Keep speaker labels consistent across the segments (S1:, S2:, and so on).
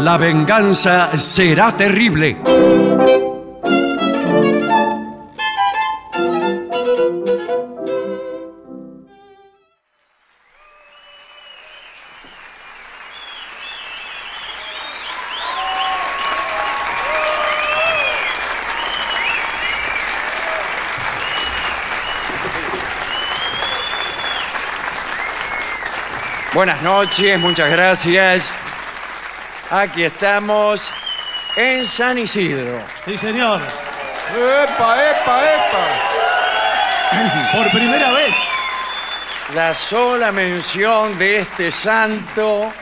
S1: La venganza será terrible.
S2: Buenas noches, muchas gracias. Aquí estamos en San Isidro.
S3: Sí, señor.
S4: ¡Epa, epa, epa!
S3: Por primera vez.
S2: La sola mención de este santo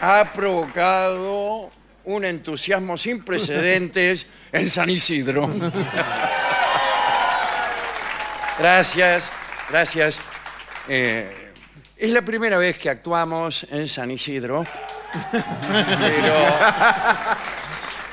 S2: ha provocado un entusiasmo sin precedentes en San Isidro. gracias, gracias. Eh, es la primera vez que actuamos en San Isidro, pero,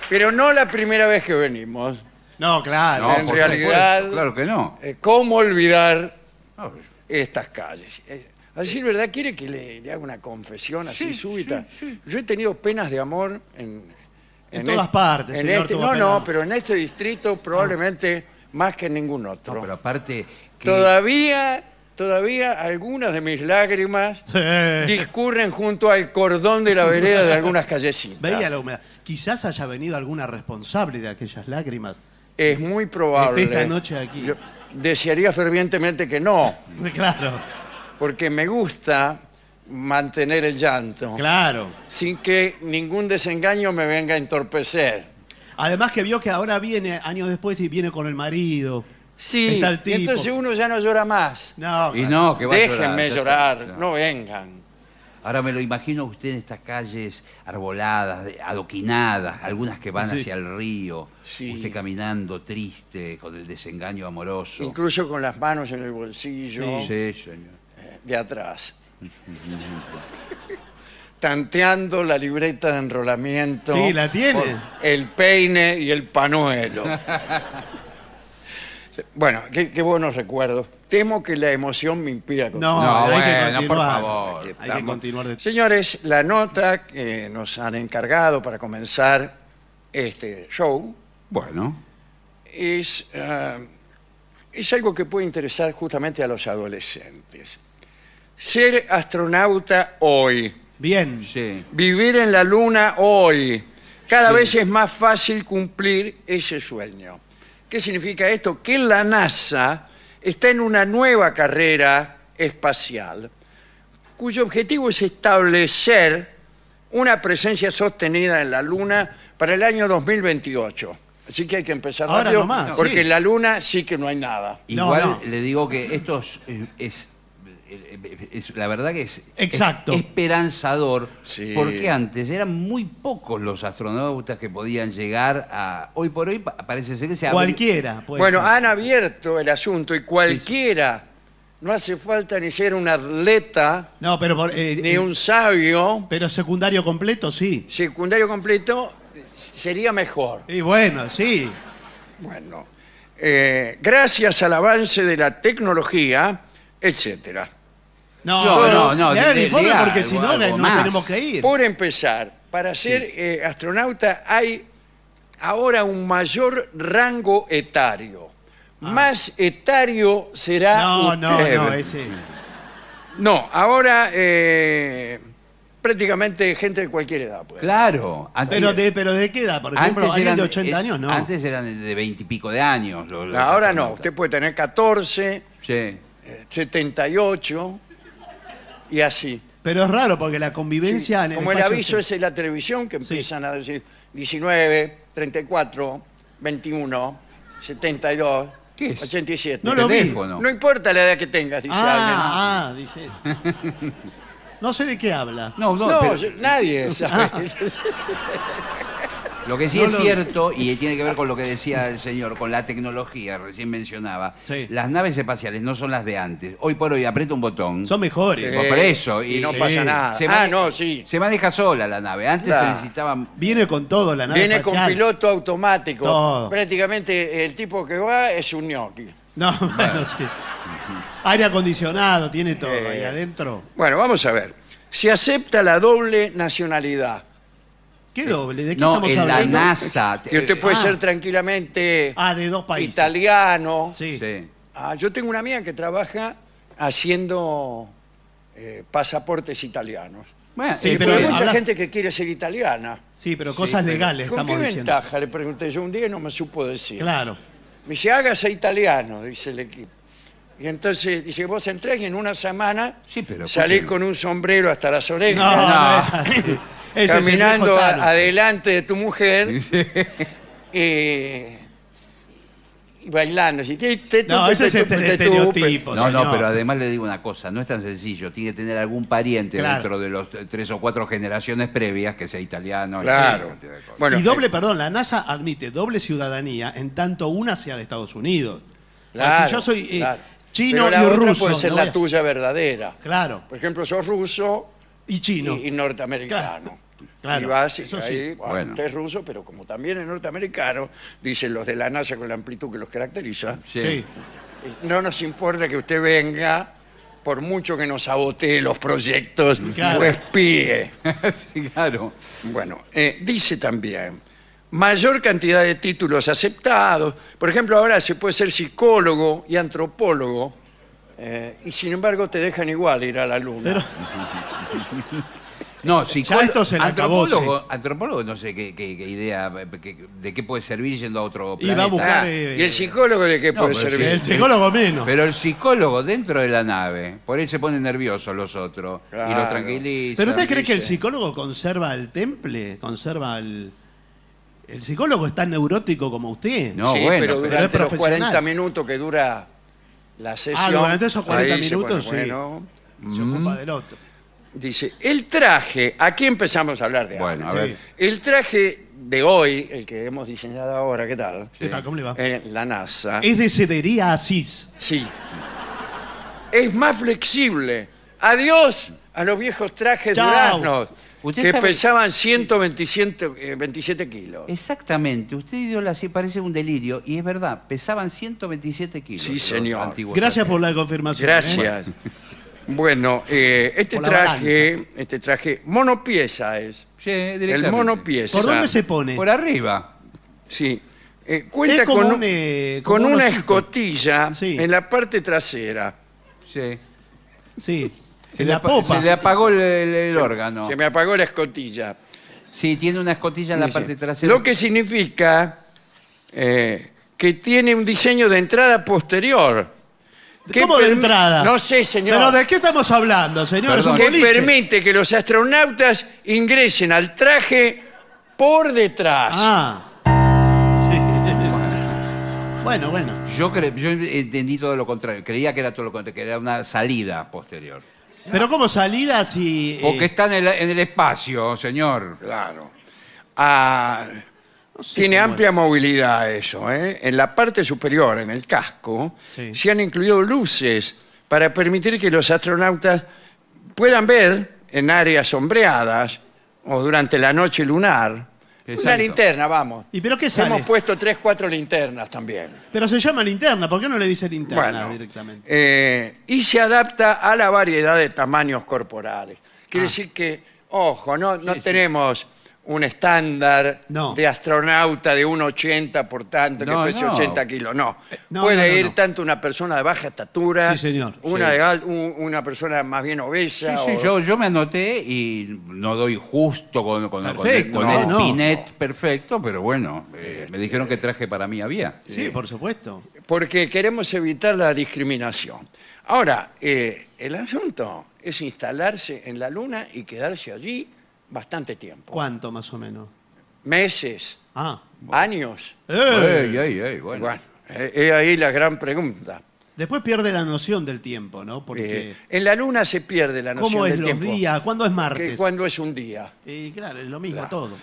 S2: pero no la primera vez que venimos.
S3: No, claro.
S2: No. en
S4: por
S2: realidad-
S4: supuesto, claro que no.
S2: Eh, ¿Cómo olvidar
S4: No,
S2: estas calles. Eh, A decir verdad, ¿quiere que le, le haga una confesión así súbita? Yo he tenido penas de amor en...
S3: En todas partes,
S2: en
S3: señor,
S2: este-
S3: tuvo
S2: no,
S3: pena.
S2: no, pero en este distrito probablemente más que en ningún otro.
S4: pero aparte. que-
S2: Todavía, todavía algunas de mis lágrimas
S3: Sí.
S2: discurren junto al cordón de la vereda de algunas callecitas.
S3: Veía la humedad. Quizás haya venido alguna responsable de aquellas lágrimas.
S2: Es muy probable.
S3: Esté esta noche aquí.
S2: Yo desearía fervientemente que no,
S3: Claro,
S2: porque me gusta mantener el llanto.
S3: claro.
S2: sin que ningún desengaño me venga a entorpecer.
S3: Además que vio que ahora viene, años después, y viene con el marido.
S2: Sí,
S3: Está el tipo.
S2: entonces uno ya no llora más.
S3: No,
S4: Y
S3: claro.
S4: no, que va a
S2: Ah, Déjenme
S4: ya
S2: llorar,
S4: está, ya.
S2: no vengan.
S4: Ahora me lo imagino a usted en estas calles arboladas, de- adoquinadas, algunas que van
S3: Sí.
S4: hacia el río.
S2: Sí.
S4: Usted caminando triste, con el desengaño amoroso.
S2: Incluso con las manos en el bolsillo
S4: Sí, señor.
S2: de atrás. Tanteando la libreta de enrolamiento.
S3: Sí, la tiene.
S2: por El peine y el panuelo. bueno, qué, qué buenos recuerdos. Temo que la emoción me impida continuar.
S3: No,
S4: No,
S3: hay que
S4: bueno, por
S3: continuar.
S4: favor.
S3: Hay que continuar de...
S2: Señores, la nota que nos han encargado para comenzar este show
S4: Bueno,
S2: es, ah, es algo que puede interesar justamente a los adolescentes. Ser astronauta hoy,
S3: Bien.
S4: sí.
S2: vivir en la luna hoy, cada vez es más fácil cumplir ese sueño. ¿Qué significa esto? Que la NASA está en una nueva carrera espacial cuyo objetivo es establecer una presencia sostenida en la Luna para el año 2028. Así que hay que empezar
S3: Ahora
S2: rápido,
S3: nomás,
S2: porque
S3: sí.
S2: en la Luna sí que no hay nada.
S3: No,
S4: Igual
S3: no.
S4: le digo que esto es, es- es- la verdad que es
S3: Exacto.
S4: es- esperanzador,
S2: Sí.
S4: porque antes eran muy pocos los astronautas que podían llegar a hoy por hoy pa- parece ser que se abre-
S3: Cualquiera. pues. puede
S2: bueno,
S3: ser.
S2: han abierto el asunto y cualquiera, no hace falta ni ser un atleta,
S3: No, pero, por- eh,
S2: ni
S3: eh,
S2: un sabio,
S3: pero secundario completo, sí.
S2: secundario completo, sería mejor.
S3: Y bueno, sí.
S2: Bueno, eh, gracias al avance de la tecnología, etcétera.
S3: No,
S4: No,
S3: pero
S4: no, no,
S3: le hagan
S4: de-
S3: informe
S4: diga
S3: porque
S4: algo,
S3: si no,
S4: algo
S3: no
S4: más.
S3: tenemos que ir.
S2: Por empezar, para ser eh, astronauta hay ahora un mayor rango etario. Más etario será
S3: Ah. No, no,
S2: usted.
S3: no, ese.
S2: No, ahora eh, prácticamente gente de cualquier edad. puede.
S4: Claro, antes,
S3: Pero de, pero de qué edad, por ejemplo,
S4: antes
S3: alguien
S4: eran
S3: de 80
S4: eh,
S3: años, no.
S4: Antes eran de 20 y pico de años los- los
S2: Ahora no,
S4: astronautas.
S2: usted puede tener 14,
S4: Sí.
S2: eh, 78 y así.
S3: Pero es raro porque la convivencia en el
S2: Como el
S3: espacio-
S2: aviso es en la televisión que
S3: Sí.
S2: empiezan a decir 19, 34, 21, 72,
S4: ¿Qué es?
S2: 87.
S3: No lo vi.
S4: teléfono.
S2: No importa la edad que tengas, dice
S3: Ah, ah, dice eso. No sé de qué habla.
S4: No, no,
S2: alguien. No,
S4: pero
S2: yo-
S3: Ah,
S2: nadie sabe.
S4: lo que sí
S3: no
S4: es
S3: lo-
S4: cierto, y tiene que ver con lo que decía el señor, con la tecnología, recién mencionaba,
S3: Sí.
S4: las naves espaciales no son las de antes. Hoy por hoy aprieta un botón.
S3: Son mejores.
S4: por eso,
S2: Eh, Y,
S4: y-
S2: no
S4: Sí.
S2: pasa nada.
S4: Se
S2: ah,
S4: mane-
S2: no, sí.
S4: Se maneja sola la nave. Antes
S2: Claro.
S4: se necesitaba.
S3: Viene con todo la nave
S2: Viene con
S3: espacial.
S2: piloto automático.
S3: Todo.
S2: Prácticamente el tipo que va es un ñoqui.
S3: No, bueno, sí. Aire acondicionado, tiene todo
S2: Eh.
S3: ahí adentro.
S2: Bueno, vamos a ver. Se acepta la doble nacionalidad.
S3: ¿Qué doble? ¿De qué
S4: no,
S3: estamos
S4: en la
S3: hablando?
S4: NASA.
S2: Que usted puede
S3: Ah.
S2: ser tranquilamente
S3: Ah, de dos países.
S2: italiano.
S3: Sí.
S4: Sí.
S2: Ah, yo tengo una amiga que trabaja haciendo eh, pasaportes italianos.
S4: Bueno,
S3: Sí,
S2: Y
S4: eh,
S3: pero-
S2: hay
S4: puede-
S2: mucha
S3: habla-
S2: gente que quiere ser italiana.
S3: Sí, pero cosas
S4: pero-
S3: legales
S2: ¿Con qué
S3: estamos diciendo.
S2: ventaja? Le pregunté yo un día y no me supo decir.
S3: Claro.
S2: Me dice, hágase italiano, dice el equipo. Y entonces dice, vos entrás y en una semana
S4: Sí, pero
S2: salís
S4: escúcheme.
S2: con un sombrero hasta las
S3: No, no,
S2: orejas,
S3: es así. Ese es el
S2: caminando
S3: viejo
S2: a-
S3: Tano.
S2: adelante de tu mujer eh, y bailando. así, ti, te, tu,
S3: No,
S2: pe,
S3: ese es
S2: te,
S3: el
S2: tu, pe, te, tu,
S3: estereotipo.
S4: No, no,
S3: señor.
S4: pero además le digo una cosa, no es tan sencillo, tiene que tener algún pariente
S3: Claro.
S4: dentro de los eh, tres o cuatro generaciones previas que sea italiano.
S2: pe.
S4: y
S2: Claro.
S4: sea cualquier cosa.
S2: Bueno, eh,
S3: y doble, perdón, la NASA admite doble ciudadanía en tanto una sea de Estados Unidos.
S2: claro,
S3: si yo soy eh,
S2: claro.
S3: chino
S2: Pero la
S3: y
S2: otra
S3: ruso.
S2: puede ser
S3: no
S2: la
S3: voy a-
S2: tuya verdadera.
S3: Claro,
S2: Por ejemplo, sos ruso
S3: y chino.
S2: y, y norteamericano.
S3: Claro,
S2: y vas y
S3: eso
S2: ahí,
S3: sí.
S2: bueno,
S4: Bueno.
S2: usted es ruso, pero como también es norteamericano, dicen los de la NASA con la amplitud que los caracteriza, eh,
S4: Sí.
S3: Sí.
S2: no nos importa que usted venga por mucho que nos sabotee los proyectos
S3: Claro.
S2: o espíe.
S4: Sí, claro.
S2: Bueno, eh, dice también, mayor cantidad de títulos aceptados. Por ejemplo, ahora se puede ser psicólogo y antropólogo, eh, y sin embargo te dejan igual ir a la luna.
S4: No, si
S3: esto se le acabó,
S4: antropólogo, antropólogo, no sé qué, qué- qué idea, eh, qué- de qué puede servir yendo a otro
S3: Y va
S4: planeta.
S3: a buscar. eh,
S2: Ah, ¿Y el psicólogo de qué
S4: No,
S2: puede
S4: pero sí,
S2: servir?
S3: El psicólogo menos. Pero,
S4: Pero el psicólogo dentro de la nave, por él se ponen nerviosos los otros y
S2: Claro.
S4: los tranquiliza.
S3: usted cree que el
S4: dice-
S3: psicólogo conserva el temple? ¿Conserva el.? El psicólogo es tan neurótico como usted.
S4: No,
S2: sí,
S4: bueno,
S2: pero
S4: pero
S2: durante
S3: es
S2: los
S3: profesional. Ah,
S2: 40 minutos que dura la sesión.
S3: durante esos 40
S2: ahí se pone
S3: minutos, sí.
S2: bueno.
S3: Se ocupa del otro.
S2: Mm. Dice, el traje, aquí empezamos a hablar de algo.
S4: Bueno, a
S3: Sí.
S4: ver.
S2: El traje de hoy, el que hemos diseñado ahora, ¿qué tal?
S3: ¿Qué tal? ¿Cómo le va?
S2: Eh, la NASA.
S3: Es de Cedería Asís.
S2: Sí. Es más flexible. Adiós a los viejos trajes
S3: Chao.
S2: duraznos
S4: Usted
S2: que
S4: sabe-
S2: pesaban 127 eh, 27 kilos.
S4: Exactamente, usted dio la así, parece un delirio, y es verdad, pesaban 127 kilos.
S2: Sí,
S4: los
S2: señor.
S4: antiguos
S3: Gracias por
S4: trajes.
S3: la confirmación. ¿eh?
S2: Gracias. Bueno, eh, este
S3: Por la
S2: traje, este traje monopieza es.
S4: Sí,
S2: El
S4: directamente.
S2: monopieza.
S3: ¿Por dónde se pone?
S4: Por arriba.
S2: Sí. Eh, cuenta
S3: Es como
S2: con,
S3: un,
S2: un-
S3: eh,
S2: con
S3: como un
S2: una
S3: osito.
S2: escotilla
S3: Sí.
S2: en la parte trasera.
S4: Sí.
S3: Sí.
S4: Se
S3: en
S4: le
S3: la
S4: apa-
S3: popa.
S4: Se le apagó el, el- el órgano.
S2: Se me apagó la escotilla.
S4: Sí, tiene una escotilla en la
S2: Dice,
S4: parte trasera.
S2: Lo que significa eh, que tiene un diseño de entrada posterior. que
S3: ¿Cómo de
S2: permi-
S3: entrada?
S2: No sé, señor.
S3: Pero ¿de qué estamos hablando, señor? Es un
S4: Perdón.
S2: que
S3: boliche.
S2: permite que los astronautas ingresen al traje por detrás.
S3: Ah. Sí. Bueno, bueno.
S4: Yo, cre- yo entendí todo lo contrario. Creía que era todo lo contrario, que era una salida posterior.
S3: Pero como salida si... eh,
S4: Porque está en el, en el espacio, señor.
S2: Claro. Ah,
S3: no sé
S2: tiene
S3: cómo
S2: amplia movilidad eso. ¿eh? En la parte superior, en el casco,
S3: Sí.
S2: se han incluido luces para permitir que los astronautas puedan ver en áreas sombreadas o durante la noche lunar. Una
S4: Exacto.
S2: linterna, vamos.
S3: ¿Y pero qué sale?
S2: Hemos puesto tres, cuatro linternas también.
S3: es. Pero se llama linterna, ¿por qué no le dice linterna
S2: Bueno,
S3: directamente?
S2: eh, y se adapta a la variedad de tamaños corporales. Quiere
S3: Ah.
S2: decir que, ojo, no, no tenemos un estándar
S3: No.
S2: de astronauta de 1,80 por tanto,
S4: No,
S2: que pese
S4: no.
S2: 80 kilos. No.
S3: Eh, no,
S2: Puede
S3: no, no,
S2: ir
S3: no.
S2: tanto una persona de baja estatura,
S3: Sí, señor.
S2: Una,
S4: Sí.
S2: de al- un- una persona más bien
S4: Sí,
S2: obesa.
S4: sí,
S2: o-
S4: yo, yo me anoté y no doy justo con, con- con-
S3: Perfecto,
S4: con el
S3: no, no.
S4: pinet perfecto, pero bueno, eh, me dijeron que traje para mí había.
S3: sí, por supuesto.
S2: Porque queremos evitar la discriminación. Ahora, eh, el asunto es instalarse en la Luna y quedarse allí bastante tiempo.
S3: ¿Cuánto más o menos?
S2: meses,
S3: Ah.
S2: años.
S3: ¡Eh!
S4: Ey, ey, ey, bueno.
S2: Bueno, eh, he ahí la gran pregunta.
S3: Después pierde la noción del tiempo, ¿no? Porque
S2: Eh, en la luna se pierde la noción
S3: ¿cómo es
S2: del
S3: los
S2: tiempo.
S3: días? ¿Cuándo es
S2: que
S3: martes?
S2: cuando es un día.
S3: Eh, claro, es lo mismo todo.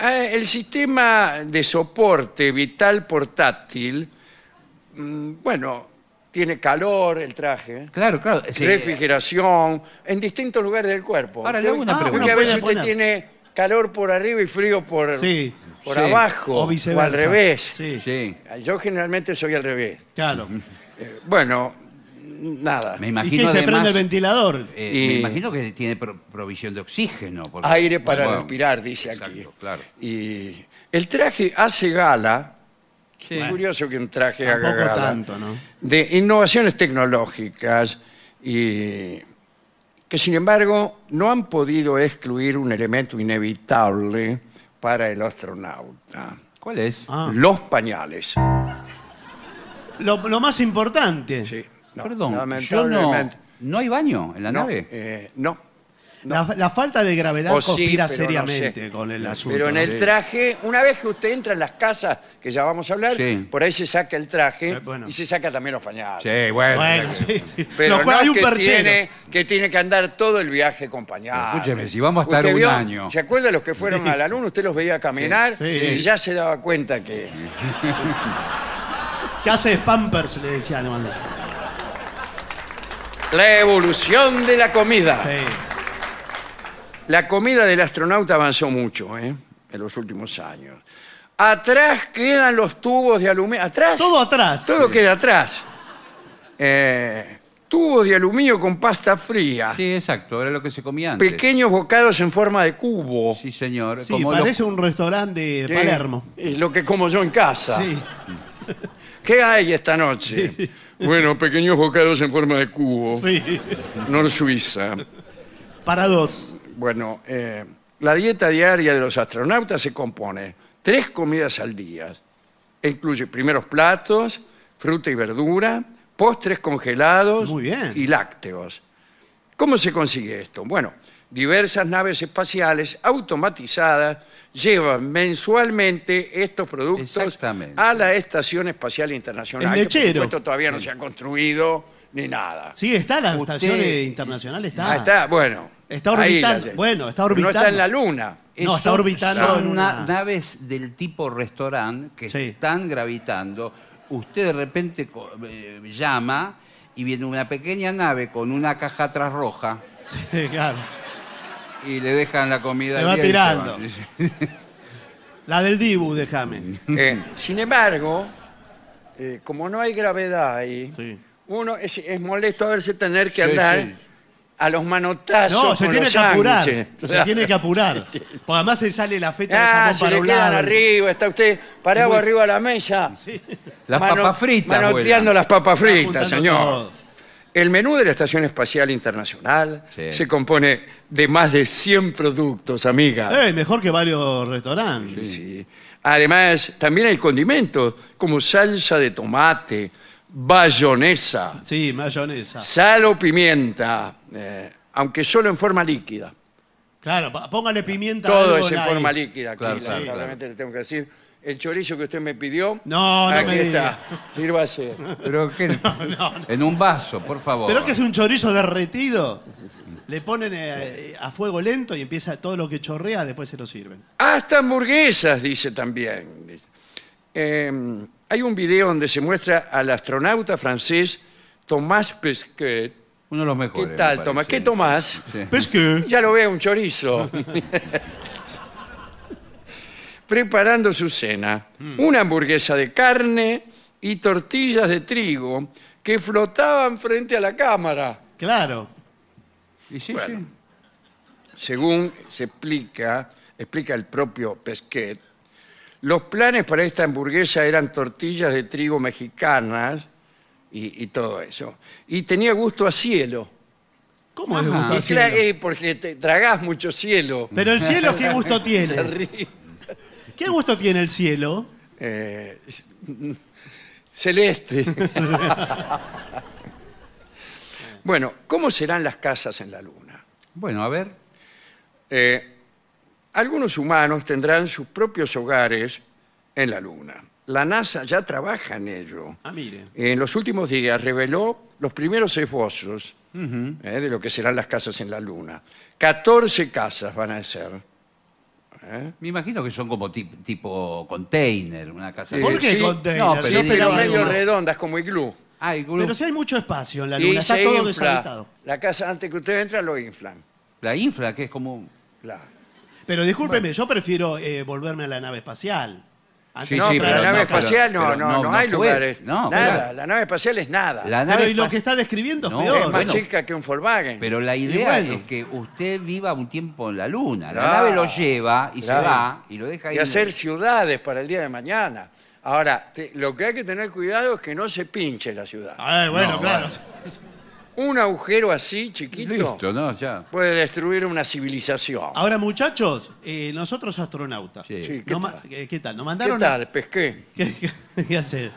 S2: Ah, el sistema de soporte vital portátil, mm, bueno, tiene calor el traje,
S4: Claro, claro. sí.
S2: refrigeración, en distintos lugares del cuerpo.
S4: Ahora le hago una
S3: Ah,
S4: pregunta.
S2: Porque a
S3: uno
S2: veces
S3: puede
S2: usted
S3: poner.
S2: tiene calor por arriba y frío por,
S3: Sí,
S2: por
S4: sí.
S2: abajo
S3: O viceversa.
S2: al revés.
S3: Sí,
S4: Sí.
S2: Yo generalmente soy al revés.
S3: claro.
S2: Eh, Bueno, nada.
S4: Me
S3: ¿Y quién
S4: imagino
S3: se prende el
S4: además,
S3: ventilador?
S4: eh,
S2: Y-
S4: me imagino que tiene pro- provisión de oxígeno. porque-
S2: Aire para
S4: Bueno,
S2: respirar, dice
S4: exacto,
S2: aquí.
S4: claro.
S2: Y el traje hace gala, es curioso que un traje haga
S3: Tampoco
S2: gala,
S3: tanto, ¿no?
S2: de innovaciones tecnológicas y que sin embargo no han podido excluir un elemento inevitable para el astronauta,
S4: ¿Cuál es?
S3: Ah,
S2: los pañales.
S3: lo, lo más importante.
S2: Sí, no,
S4: Perdón, yo no,
S2: lamentablemente,
S4: ¿no hay baño en la
S2: no,
S4: nave?
S2: eh, no.
S3: La, la falta de gravedad
S2: O sí,
S3: conspira
S2: pero no
S3: seriamente
S2: sé.
S3: con el asunto.
S2: Pero en
S3: ¿no?
S2: el traje, una vez que usted entra en las casas, que ya vamos a hablar,
S4: Sí.
S2: por ahí se saca el traje
S3: Eh, bueno.
S2: y se saca también los pañales.
S4: Sí, bueno.
S3: Bueno, sí, sí.
S2: Pero
S3: Lo
S2: no
S3: cual hay
S2: es
S3: un
S2: que
S3: perchero.
S2: tiene, que tiene que andar todo el viaje con pañales.
S4: Escúcheme, si vamos a estar
S2: Usted
S4: un
S2: vio,
S4: año.
S2: ¿Se acuerda los que fueron a la luna? Usted los veía caminar
S3: Sí, sí.
S2: y ya se daba cuenta que...
S3: ¿Qué hace Pampers? Le decía alemán.
S2: La evolución de la comida.
S3: Sí.
S2: La comida del astronauta avanzó mucho ¿eh? en los últimos años. Atrás quedan los tubos de aluminio. Atrás.
S3: Todo atrás.
S2: Todo queda atrás. Eh, tubos de aluminio con pasta fría.
S4: Sí, exacto, era lo que se comía antes.
S2: Pequeños bocados en forma de cubo.
S4: Sí, señor.
S3: Sí,
S4: como los-
S3: parece un restaurante de
S2: que
S3: Palermo.
S2: Es lo que como yo en
S4: Ah.
S2: casa.
S3: Sí.
S2: ¿Qué hay esta noche? Bueno, pequeños bocados en forma de cubo.
S3: Sí.
S2: Nor Suiza.
S3: Para dos.
S2: Bueno, eh, la dieta diaria de los astronautas se compone tres comidas al día. E Incluye primeros platos, fruta y verdura, postres congelados
S3: Muy bien.
S2: y lácteos. ¿Cómo se consigue esto? Bueno, diversas naves espaciales automatizadas llevan mensualmente estos productos
S4: Exactamente.
S2: a la Estación Espacial Internacional. que
S3: El
S2: por
S3: lechero.
S2: supuesto todavía no se ha construido ni nada.
S3: Sí, está la
S4: Usted-
S3: estación eh, internacional. Está.
S2: Ah, está, bueno.
S3: Está
S2: ahí la
S3: orbitando.
S2: lle-
S3: Bueno, está
S2: No está
S3: orbitando.
S2: en la luna.
S3: No,
S4: Eso
S3: está orbitando
S4: Son
S3: en
S4: na-
S3: una-
S4: naves del tipo restaurante que
S3: Sí.
S4: están gravitando. Usted de repente co- eh, llama y viene una pequeña nave con una caja atrás roja
S3: Sí, claro.
S4: y le dejan la comida.
S3: Se
S4: al
S3: va
S4: día y
S3: tirando.
S4: van.
S3: La del Dibu, déjame.
S4: Mm.
S2: Eh, sin embargo, eh, como no hay gravedad ahí,
S3: Sí.
S2: uno es, es molesto a verse tener que
S4: Sí,
S2: andar
S4: sí.
S2: a los manotazos.
S3: No, se
S2: con
S3: tiene
S2: los
S3: que apurar.
S2: sándwiches.
S3: Se tiene que apurar. Porque además se sale la feta de
S2: Ah,
S3: jamón
S2: se
S3: para
S2: le
S3: un
S2: quedan
S3: lado.
S2: arriba, está usted parado arriba de la mesa.
S4: Las
S2: mano-
S4: papas fritas.
S2: Manoteando
S4: vuelan.
S2: las papas
S3: Está
S2: fritas,
S3: juntando
S2: señor.
S3: todo.
S2: El menú de la Estación Espacial Internacional
S4: Sí.
S2: se compone de más de 100 productos, amiga.
S3: Eh, mejor que varios restaurantes.
S2: Ah. Sí. Además, también hay condimentos como salsa de tomate, bayonesa,
S3: Sí, mayonesa.
S2: sal o pimienta, eh, aunque solo en forma líquida.
S3: Claro, pa- póngale pimienta.
S2: Todo
S3: algo
S2: es en
S3: ahí.
S2: forma líquida. Aquí,
S4: Claro, sí,
S2: lamentablemente le tengo que decir. El chorizo que usted me pidió.
S3: No, no
S2: Aquí
S3: me diga.
S2: está. Sírvase.
S4: Pero que- En un vaso, por favor.
S3: Pero que es un chorizo derretido. Le ponen eh, a fuego lento y empieza todo lo que chorrea, después se lo sirven.
S2: Hasta hamburguesas, dice también. Dice. Eh, hay un video donde se muestra al astronauta francés Tomás Pesquet.
S4: Uno de los
S2: ¿Qué
S4: mejores. me
S2: tal,
S4: parece.
S2: Tomás? ¿Qué Tomás?
S4: Sí.
S3: ¿Ves que?
S2: Ya lo veo, un chorizo. Preparando su cena.
S3: Mm.
S2: Una hamburguesa de carne y tortillas de trigo que flotaban frente a la cámara.
S3: Claro.
S4: Y sí,
S2: Bueno.
S4: sí.
S2: Según se explica, explica el propio Pesquet, los planes para esta hamburguesa eran tortillas de trigo mexicanas y, y todo eso. Y tenía gusto a cielo.
S3: ¿Cómo es
S4: Ajá.
S3: gusto
S2: Y
S3: a
S2: cla-
S3: cielo?
S2: eh, porque te tragás mucho cielo.
S3: Pero el cielo, ¿qué gusto
S2: Te
S3: tiene?
S2: ríes.
S3: ¿Qué gusto tiene el cielo?
S2: Eh, celeste. bueno, ¿cómo serán las casas en la Luna?
S4: Bueno, a ver.
S2: Eh, algunos humanos tendrán sus propios hogares en la Luna. La NASA ya trabaja en ello.
S3: Ah, mire.
S2: En los últimos días reveló los primeros esbozos eh, de lo que serán las casas en la Luna. 14 casas van a ser. ¿eh?
S4: Me imagino que son como ti- tipo container, una casa
S2: Sí,
S4: así.
S3: ¿Por qué
S2: sí.
S3: container?
S4: No,
S3: Yo
S4: pero-
S3: esperaba
S2: Pero
S4: digo,
S3: algo
S2: medio
S3: más.
S2: redondas como iglú.
S4: Ah, el grupo-
S3: Pero si hay mucho espacio en la
S2: Y
S3: luna, está
S2: se
S3: todo
S2: infla.
S3: deshabitado.
S2: La casa antes que usted entra lo inflan.
S4: La infla, que es como...
S2: Claro.
S3: Pero discúlpeme, yo prefiero eh, volverme a la nave espacial.
S4: Sí,
S2: no,
S4: sí,
S2: para la
S4: pero
S2: nave
S4: no,
S2: espacial
S4: pero-
S2: no,
S4: pero
S2: no, no,
S4: no, no
S2: hay
S4: puede.
S2: lugares.
S4: No,
S2: nada,
S4: claro.
S2: la nave espacial es nada.
S4: La
S3: Claro,
S4: nave
S3: y lo
S4: pas-
S3: que está describiendo es
S4: No,
S2: es
S3: peor.
S2: más
S4: bueno.
S2: chica que un Volkswagen.
S4: Pero la
S3: Y
S4: idea
S3: bueno.
S4: es que usted viva un tiempo en la luna. La
S2: Claro.
S4: nave lo lleva y
S2: Claro.
S4: se va y lo deja ahí.
S2: y hacer ciudades para el día de mañana. Ahora, te- lo que hay que tener cuidado es que no se pinche la ciudad.
S3: Ah, bueno,
S4: No,
S3: claro.
S2: Un agujero así, chiquito,
S4: Listo, ¿no? Ya.
S2: puede destruir una civilización.
S3: Ahora, muchachos, eh, nosotros astronautas.
S4: Sí.
S2: Sí, ¿qué
S3: ¿Qué, eh,
S2: tal?
S3: ¿Qué tal? Nos
S2: ¿Qué
S3: mandaron a-
S2: tal? Pesqué.
S3: ¿Qué, qué- qué hacer?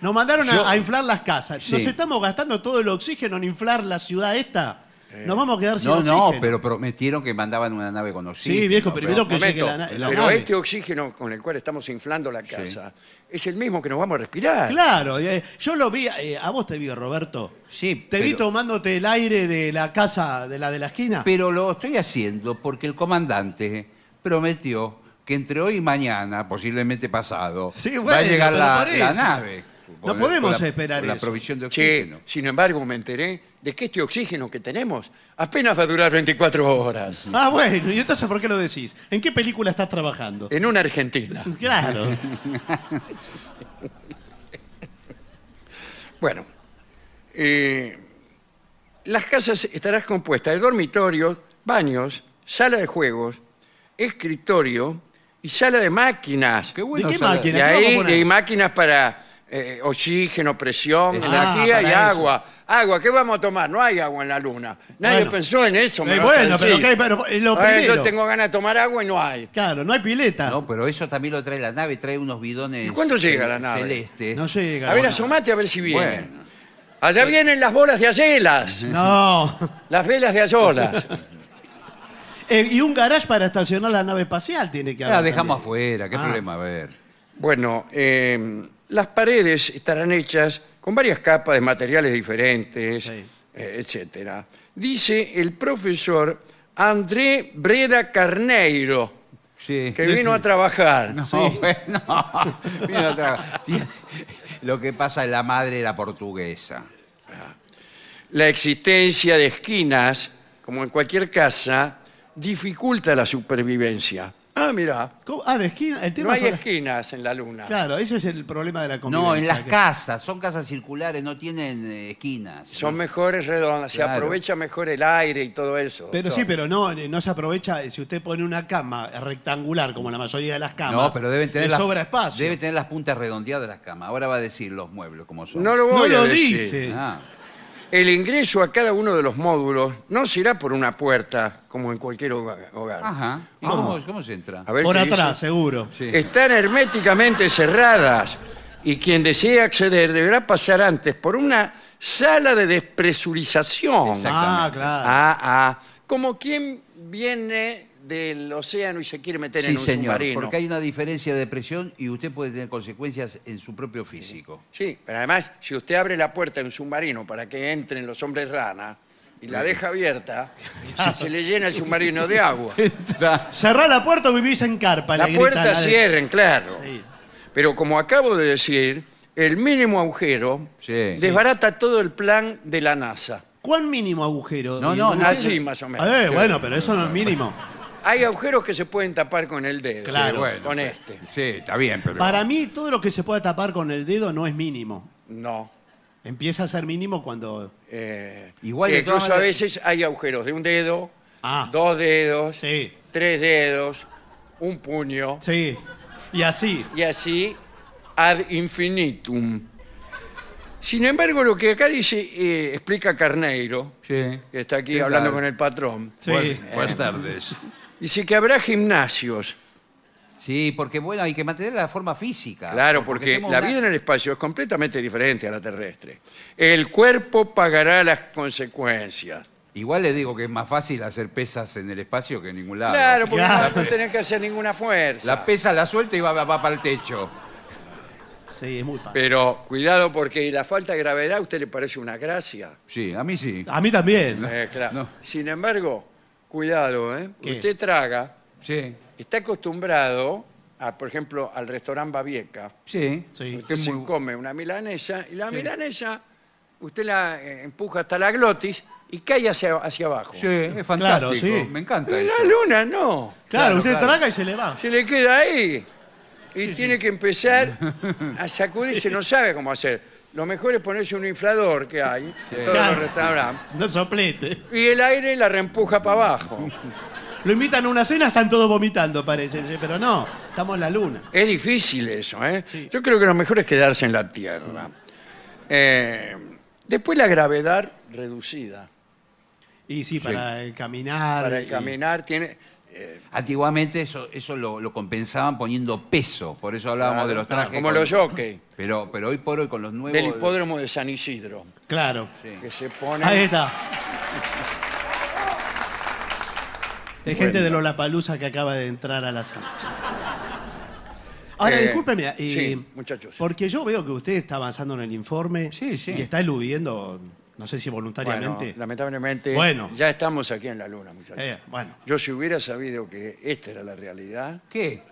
S3: Nos mandaron a-
S4: Yo-
S3: a, inflar las casas. Nos
S4: Sí.
S3: estamos gastando todo el oxígeno en inflar la ciudad esta. Nos vamos a quedar sin
S4: Eh. No,
S3: oxígeno.
S4: no, pero prometieron que mandaban una nave con oxígeno.
S3: Sí, viejo, primero
S4: pero-
S3: que llegue
S2: Momento,
S3: la, na- la
S2: pero
S3: nave.
S2: este oxígeno con el cual estamos inflando la casa es el mismo que nos vamos a respirar.
S3: Claro, eh, yo lo vi, eh, a vos te vi, Roberto.
S4: Sí,
S3: Te vi
S4: pero-
S3: tomándote el aire de la casa, de la de la esquina.
S4: Pero lo estoy haciendo porque el comandante prometió que entre hoy y mañana, posiblemente pasado,
S3: Sí,
S4: va a
S3: bueno,
S4: llegar
S3: pero
S4: la,
S3: por
S4: la
S3: eso.
S4: nave.
S3: No
S4: Por la-
S3: podemos
S4: por la-
S3: esperar
S4: por La
S3: eso.
S4: provisión de
S2: Che,
S4: oxígeno.
S2: sin embargo, me enteré de que este oxígeno que tenemos apenas va a durar 24 horas
S3: Ah, bueno, ¿y entonces por qué lo decís? ¿En qué película estás
S4: Eh,
S3: trabajando?
S2: en una Argentina.
S3: Claro.
S2: Bueno, eh, las casas estarán compuestas de dormitorios, baños, sala de juegos, escritorio y sala de máquinas.
S4: Qué bueno
S3: ¿De qué
S4: saber-
S2: Y
S3: máquina? ¿Qué
S2: ahí
S3: vamos a poner?
S2: hay máquinas para eh, oxígeno, presión,
S4: Exacto.
S2: energía
S3: Ah,
S2: y
S3: para eso.
S2: agua. Agua, ¿qué vamos a tomar? No hay agua en la luna. Nadie
S3: Bueno.
S2: pensó en eso. me
S3: Eh,
S2: vas a
S3: bueno, pero
S2: decir.
S3: ¿qué? Pero, eh, lo
S2: Ahora yo
S3: primero.
S2: tengo ganas de tomar agua y no hay.
S3: Claro, no hay pileta.
S4: No, pero eso también lo trae la nave, trae unos bidones
S2: ¿Y cuándo llega la nave?
S4: celestes.
S3: No llega.
S2: A ver,
S3: no.
S2: asomate a ver si viene.
S4: Bueno.
S2: Allá vienen las bolas de ayelas,
S3: No.
S2: las velas de ayolas.
S3: Eh, y un garage para estacionar la nave espacial tiene que haber.
S4: la dejamos
S3: también.
S4: afuera, qué
S3: Ah.
S4: problema, a ver.
S2: Bueno, eh, las paredes estarán hechas con varias capas de materiales diferentes,
S3: Sí.
S2: eh, etcétera. Dice el profesor André Breda Carneiro,
S4: Sí.
S2: que vino a trabajar.
S4: No, bueno, mira otra- Lo que pasa es la madre era portuguesa.
S2: La existencia de esquinas, como en cualquier casa, dificulta la supervivencia. Ah, mira,
S3: ¿Cómo? Ah, de esquina. El tema
S2: no hay
S3: son las-
S2: esquinas en la luna.
S3: Claro, ese es el problema de la convivencia.
S4: No, en las
S3: que-
S4: casas, son casas circulares, no tienen eh, esquinas.
S2: Son mejores redondas, se
S4: Claro.
S2: aprovecha mejor el aire y todo eso.
S3: Pero
S2: doctor.
S3: sí, pero no, eh, no se aprovecha. eh, Si usted pone una cama rectangular, como la mayoría de las camas,
S4: No, pero deben tener
S3: le
S4: las,
S3: sobra espacio.
S4: Debe tener las puntas redondeadas de las camas. Ahora va a decir los muebles como son.
S2: No lo
S3: No
S2: voy a
S3: lo
S2: decir.
S3: dice.
S4: Ah,
S2: El ingreso a cada uno de los módulos no será por una puerta, como en cualquier hoga- hogar.
S4: Ajá. ¿Y cómo, cómo se entra?
S2: A ver
S3: Por
S2: qué dice.
S3: atrás, seguro.
S4: Sí.
S2: Están herméticamente cerradas y quien desee acceder deberá pasar antes por una sala de despresurización.
S4: Exacto.
S3: Ah,
S4: Exactamente.
S3: claro.
S2: Ah, ah. Como quien viene del océano y se quiere meter
S4: Sí,
S2: en un
S4: señor,
S2: submarino.
S4: porque hay una diferencia de presión y usted puede tener consecuencias en su propio físico.
S2: Sí, pero además, si usted abre la puerta de un submarino para que entren los hombres rana y la deja abierta, se le llena el submarino de agua.
S3: Cerrá la puerta o vivís en carpa.
S2: La
S3: le gritan
S2: puerta
S3: adentro.
S2: cierren, claro.
S3: Sí.
S2: Pero como acabo de decir, el mínimo agujero
S4: Sí.
S2: desbarata todo el plan de la NASA.
S3: ¿Cuán mínimo agujero?
S4: No,
S3: Y-
S4: no, nada.
S2: Así más o
S3: A
S2: menos. Ah,
S3: ver, bueno, pero eso no es mínimo.
S2: Hay agujeros que se pueden tapar con el dedo.
S3: Claro.
S2: Sí, bueno. Con este.
S4: Sí, está bien, pero.
S3: Para mí, todo lo que se pueda tapar con el dedo no es mínimo.
S2: No.
S3: Empieza a ser mínimo cuando.
S2: Eh,
S4: Igual de
S2: incluso
S4: todas
S2: a
S4: maneras-
S2: veces hay agujeros de un dedo,
S3: Ah.
S2: dos dedos,
S3: Sí.
S2: tres dedos, un puño.
S3: Sí. Y así.
S2: y así ad infinitum. Sin embargo, lo que acá dice, eh, explica Carneiro,
S4: Sí.
S2: que está aquí
S4: ¿Qué
S2: hablando
S4: tal?
S2: con el patrón,
S3: Sí.
S2: eh.
S4: Buen- buenas tardes.
S2: dice que habrá gimnasios.
S4: Sí, porque bueno, hay que mantener la forma física.
S2: Claro, porque
S4: Ah, tenemos
S2: la
S4: una-
S2: vida en el espacio es completamente diferente a la terrestre. El cuerpo pagará las consecuencias.
S4: Igual le digo que es más fácil hacer pesas en el espacio que en ningún lado.
S2: Claro, porque
S3: Claro.
S2: no tenés que hacer ninguna fuerza.
S4: La pesa la suelta y va, va- va para el techo.
S3: Sí, es muy fácil.
S2: Pero cuidado, porque la falta de gravedad a usted le parece una gracia.
S4: Sí, a mí sí.
S3: A mí también.
S2: Eh, claro.
S4: no.
S2: Sin embargo, cuidado, ¿eh?
S3: ¿Qué?
S2: Usted traga
S4: Sí,
S2: está acostumbrado a, por ejemplo, al restaurante Babieca.
S4: sí.
S3: Sí.
S4: Usted
S2: Usted
S4: es
S2: se
S4: muy-
S2: come una milanesa y la milanesa usted la eh, empuja hasta la glotis y cae hacia, hacia abajo.
S4: Sí, es fantástico.
S3: sí.
S4: Me encanta.
S2: La
S4: eso.
S2: luna no,
S3: Claro,
S4: Claro,
S3: usted
S4: claro.
S3: traga y se le va.
S2: se le queda ahí. y tiene que empezar a sacudirse, no sabe cómo hacer. Lo mejor es ponerse un inflador que hay en todos los
S3: Claro.
S2: restaurantes.
S3: No soplete.
S2: Y el aire la reempuja para abajo.
S3: Lo invitan a una cena, están todos vomitando, parece. sí, Pero no, estamos en la luna.
S2: Es difícil eso, ¿eh?
S3: Sí.
S2: Yo creo que lo mejor es quedarse en la tierra. Eh, después la gravedad reducida.
S3: Y sí, para eh, caminar.
S2: Para
S3: y-
S2: caminar tiene... eh,
S4: Antiguamente eso, eso lo, lo compensaban poniendo peso, por eso hablábamos de los
S2: claro,
S4: trajes.
S2: Como
S4: con-
S2: los jockeys
S4: Pero, pero hoy por hoy con los nuevos.
S2: del hipódromo de San Isidro.
S3: Claro.
S4: Sí.
S2: Que se pone...
S3: Ahí está. Hay gente de Lollapalooza que acaba de entrar a la sala. Ahora,
S2: Eh,
S3: discúlpeme. eh,
S2: sí, muchachos.
S3: Porque yo veo que usted está avanzando en el informe
S4: Sí, sí.
S3: y está eludiendo, no sé si
S2: Bueno,
S3: voluntariamente.
S2: lamentablemente
S3: Bueno.
S2: ya estamos aquí en la luna, muchachos.
S3: Eh, bueno.
S2: Yo si hubiera sabido que esta era la realidad,
S4: ¿Qué?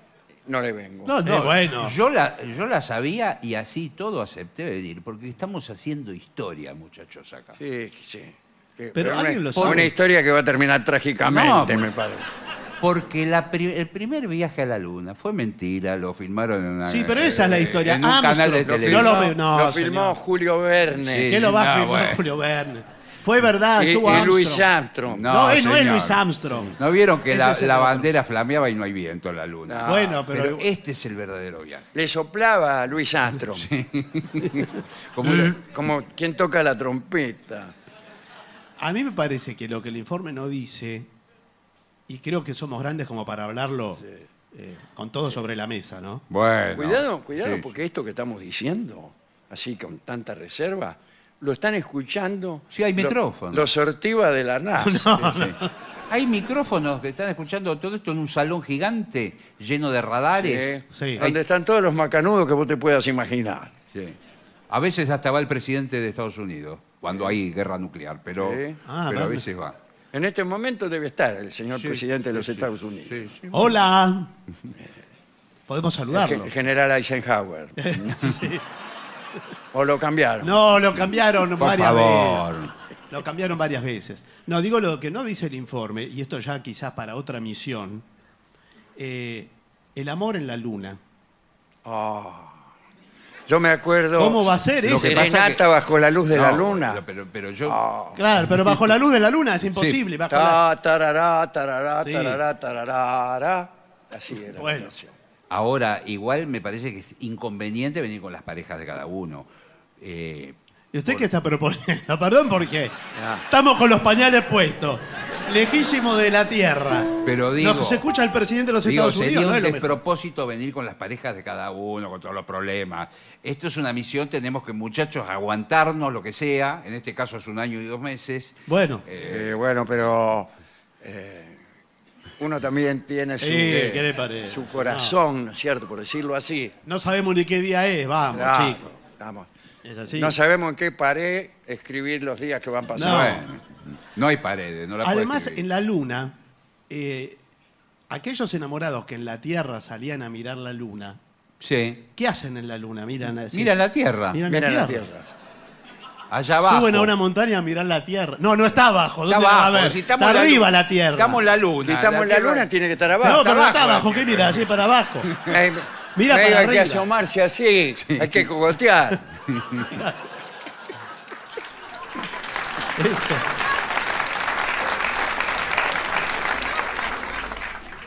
S2: no le vengo.
S4: No, no.
S3: Eh, bueno.
S4: Yo la, yo la sabía y así todo acepté venir, porque estamos haciendo historia, muchachos, acá.
S2: Sí, sí. Pero,
S3: alguien
S2: una,
S3: lo sabe.
S2: una historia que va a terminar trágicamente,
S4: No,
S2: me parece.
S4: Porque la pri- el primer viaje a la luna fue mentira, lo filmaron en una. eh,
S3: Sí, pero esa es la historia.
S4: En un canal de
S3: Armstrong lo
S4: televisión.
S3: No lo veo, no,
S2: lo filmó
S3: señor.
S2: Julio Verne
S4: Sí,
S3: ¿Qué lo va
S4: no,
S3: a firmar
S4: bueno.
S3: Julio Verne? Fue verdad,
S2: y,
S3: Ah, estuvo
S2: y
S3: Armstrong.
S2: Luis Eh, Armstrong.
S3: No, eh, no es
S4: señor.
S3: Luis Armstrong.
S4: No vieron que
S3: Ese
S4: la,
S3: es el
S4: la
S3: otro.
S4: bandera flameaba y no hay viento en la luna.
S2: No.
S3: Bueno, pero,
S4: pero este es el verdadero viaje.
S2: Le soplaba a Luis Armstrong,
S4: Como una-
S2: como quien toca la trompeta.
S3: a mí me parece que lo que el informe no dice, y creo que somos grandes como para hablarlo eh, con todo sobre la mesa, ¿no?
S4: Bueno.
S2: Cuidado, cuidado,
S4: Sí.
S2: porque esto que estamos diciendo, así con tanta reserva, lo están escuchando.
S4: Sí, hay
S2: lo-
S4: micrófono.
S2: Los sortiva de la NASA.
S4: Sí. Hay micrófonos que están escuchando todo esto en un salón gigante lleno de radares.
S3: Sí.
S2: ¿eh? Donde están todos los macanudos que vos te puedas imaginar.
S4: Sí. A veces hasta va el presidente de Estados Unidos cuando hay guerra nuclear, pero,
S2: Sí.
S3: Ah,
S4: pero a
S3: vale.
S4: veces va.
S2: En este momento debe estar el señor
S4: Sí,
S2: presidente de los
S4: sí,
S2: Estados Unidos.
S4: Sí, sí.
S3: Hola. Podemos
S2: El
S3: saludarlo.
S2: gen- general Eisenhower. O lo cambiaron.
S3: No, lo cambiaron
S4: Por
S3: varias
S4: favor.
S3: veces. Lo cambiaron varias veces. No, digo lo que no dice el informe, y esto ya quizás para otra misión. eh, el amor en la luna.
S2: Yo me acuerdo.
S3: ¿Cómo va a ser
S4: Lo
S3: eso?
S4: que pasa
S2: Serenata
S4: que-
S2: bajo la luz de la
S4: No,
S2: luna. Ah.
S4: Pero, pero yo.
S3: Claro, pero bajo la luz de la luna es imposible. bajo la-
S2: Ta, tarará, tarará,
S3: Sí.
S2: tarará, tarará. Así era. la
S3: Bueno.
S2: canción.
S4: Ahora, igual me parece que es inconveniente venir con las parejas de cada uno. Eh,
S3: ¿Y usted qué está proponiendo? Perdón, porque
S2: Ah.
S3: estamos con los pañales puestos. Lejísimo de la Tierra.
S4: Pero
S3: Nos-
S4: digo-
S3: pues, se escucha el presidente de los
S4: digo,
S3: Estados
S4: sería
S3: Unidos, no
S4: un
S3: es lo mejor.
S4: despropósito venir con las parejas de cada uno, con todos los problemas. Esto es una misión, tenemos que, muchachos, aguantarnos lo que sea. En este caso es un año y dos meses.
S3: Bueno,
S2: Eh, bueno, pero. eh, uno también tiene su,
S3: Sí, ¿qué le parece?
S2: su corazón, ¿no es cierto? Por decirlo así.
S3: no sabemos ni qué día es, vamos,
S2: Claro,
S4: Ah,
S3: chicos.
S2: estamos.
S3: Es así.
S2: No sabemos en qué paré escribir los días que van pasando.
S3: No.
S4: Bueno, no hay paredes, no la puede
S3: Además,
S4: escribir.
S3: en la luna, eh, aquellos enamorados que en la Tierra salían a mirar la luna,
S4: Sí.
S3: ¿qué hacen en la luna? Miran, así.
S4: Mira la tierra,
S3: Miran
S2: Mira la tierra.
S4: allá abajo.
S3: Suben a una montaña a mirar la Tierra. No, no está abajo. ¿Dónde
S4: Está
S3: la va a
S4: abajo,
S3: ver?
S4: si
S3: está
S4: estamos en
S3: arriba
S4: luna-
S3: la Tierra.
S4: Estamos en la luna.
S2: Si estamos en la
S4: tierra-
S2: luna, tiene que estar
S3: No,
S2: abajo.
S3: pero no
S4: abajo
S3: está
S4: la
S3: abajo. ¿Qué mira? Así para abajo.
S2: Eh,
S3: Mira
S2: medio
S3: para
S2: hay que
S3: arriba.
S2: asomarse así, hay que cogotear.
S3: Eso.